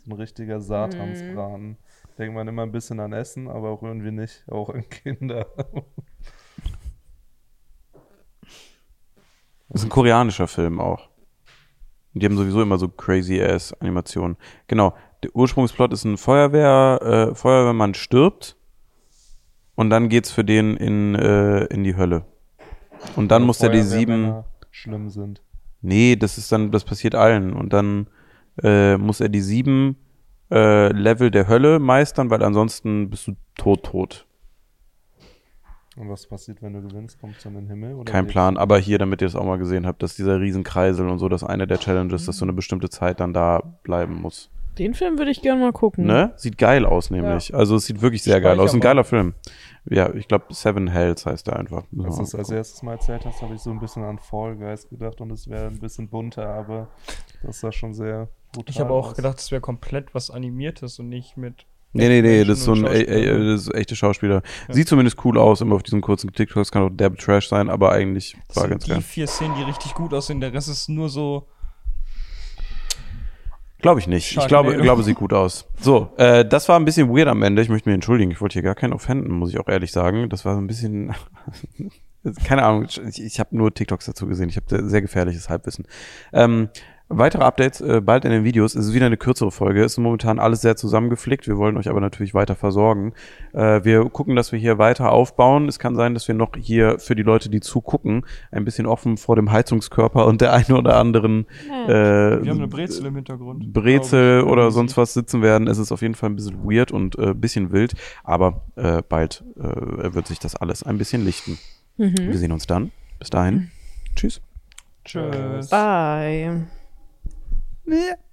Speaker 2: So ein richtiger Satansbraten.
Speaker 1: Mhm.
Speaker 2: Denkt man immer ein bisschen an Essen, aber auch irgendwie nicht. Auch an Kinder.
Speaker 1: Das ist ein koreanischer Film auch. Und die haben sowieso immer so crazy ass Animationen. Genau. Der Ursprungsplot ist ein Feuerwehr, äh, Feuerwehrmann stirbt und dann geht's für den in, äh, in die Hölle. Und [LAUGHS] dann
Speaker 2: Wo
Speaker 1: muss er die sieben.
Speaker 2: Feuerwehrmänner Schlimm sind.
Speaker 1: Nee, das ist dann, das passiert allen. Und dann äh, muss er die sieben äh, Level der Hölle meistern, weil ansonsten bist du tot, tot.
Speaker 2: Und was passiert, wenn du gewinnst? Kommst du in den Himmel? Oder
Speaker 1: Kein
Speaker 2: wie?
Speaker 1: Plan, aber hier, damit ihr es auch mal gesehen habt, dass dieser Riesenkreisel und so, dass eine der Challenges, dass du eine bestimmte Zeit dann da bleiben musst.
Speaker 3: Den Film würde ich gerne mal gucken.
Speaker 1: Ne? Sieht geil aus, nämlich. Also es sieht wirklich sehr geil aus. Ein
Speaker 4: Speicherbar.
Speaker 1: geiler Film. Ja, ich glaube, Seven Hells heißt der einfach. Müssen wir
Speaker 2: Als du
Speaker 1: mal
Speaker 2: es als
Speaker 1: gucken.
Speaker 2: erstes Mal erzählt hast, habe ich so ein bisschen an Fall Guys gedacht und es wäre ein bisschen bunter, aber das war schon sehr brutal.
Speaker 4: Ich habe auch
Speaker 2: aus.
Speaker 4: gedacht, es wäre komplett was Animiertes und nicht mit.
Speaker 1: Nee, nee, nee, das ist so ein
Speaker 4: Menschen und
Speaker 1: äh, äh,
Speaker 4: Schauspielern.
Speaker 1: das ist echte Schauspieler. Sieht zumindest cool aus, immer auf diesen kurzen TikToks, kann auch derbe Trash sein, aber eigentlich
Speaker 4: Das
Speaker 1: war
Speaker 4: sind
Speaker 1: ganz
Speaker 4: Also die
Speaker 1: geil.
Speaker 4: vier Szenen, die richtig gut aussehen. Der Rest ist nur so.
Speaker 1: Glaube ich nicht. Ich glaube,
Speaker 4: Sharknado.
Speaker 1: glaube, sieht gut aus. So, äh, das war ein bisschen weird am Ende. Ich möchte mich entschuldigen. Ich wollte hier gar keinen offenden, muss ich auch ehrlich sagen. Das war so ein bisschen. [LAUGHS] Keine Ahnung, ich, ich habe nur TikToks dazu gesehen. Ich habe sehr- sehr gefährliches Halbwissen. Ähm, weitere Updates äh, bald in den Videos. Es ist wieder eine kürzere Folge. Ist momentan alles sehr zusammengeflickt. Wir wollen euch aber natürlich weiter versorgen. Äh, wir gucken, dass wir hier weiter aufbauen. Es kann sein, dass wir noch hier für die Leute, die zugucken, ein bisschen offen vor dem Heizungskörper und der einen oder anderen äh,
Speaker 4: Wir haben eine Brezel im Hintergrund.
Speaker 1: Brezel
Speaker 4: Glaub ich.
Speaker 1: oder sonst was sitzen werden. Es ist auf jeden Fall ein bisschen weird und äh, ein bisschen wild, aber äh, bald äh, wird sich das alles ein bisschen lichten. Wir sehen uns dann. Bis dahin. Tschüss.
Speaker 4: Tschüss.
Speaker 3: Bye.
Speaker 1: Ja.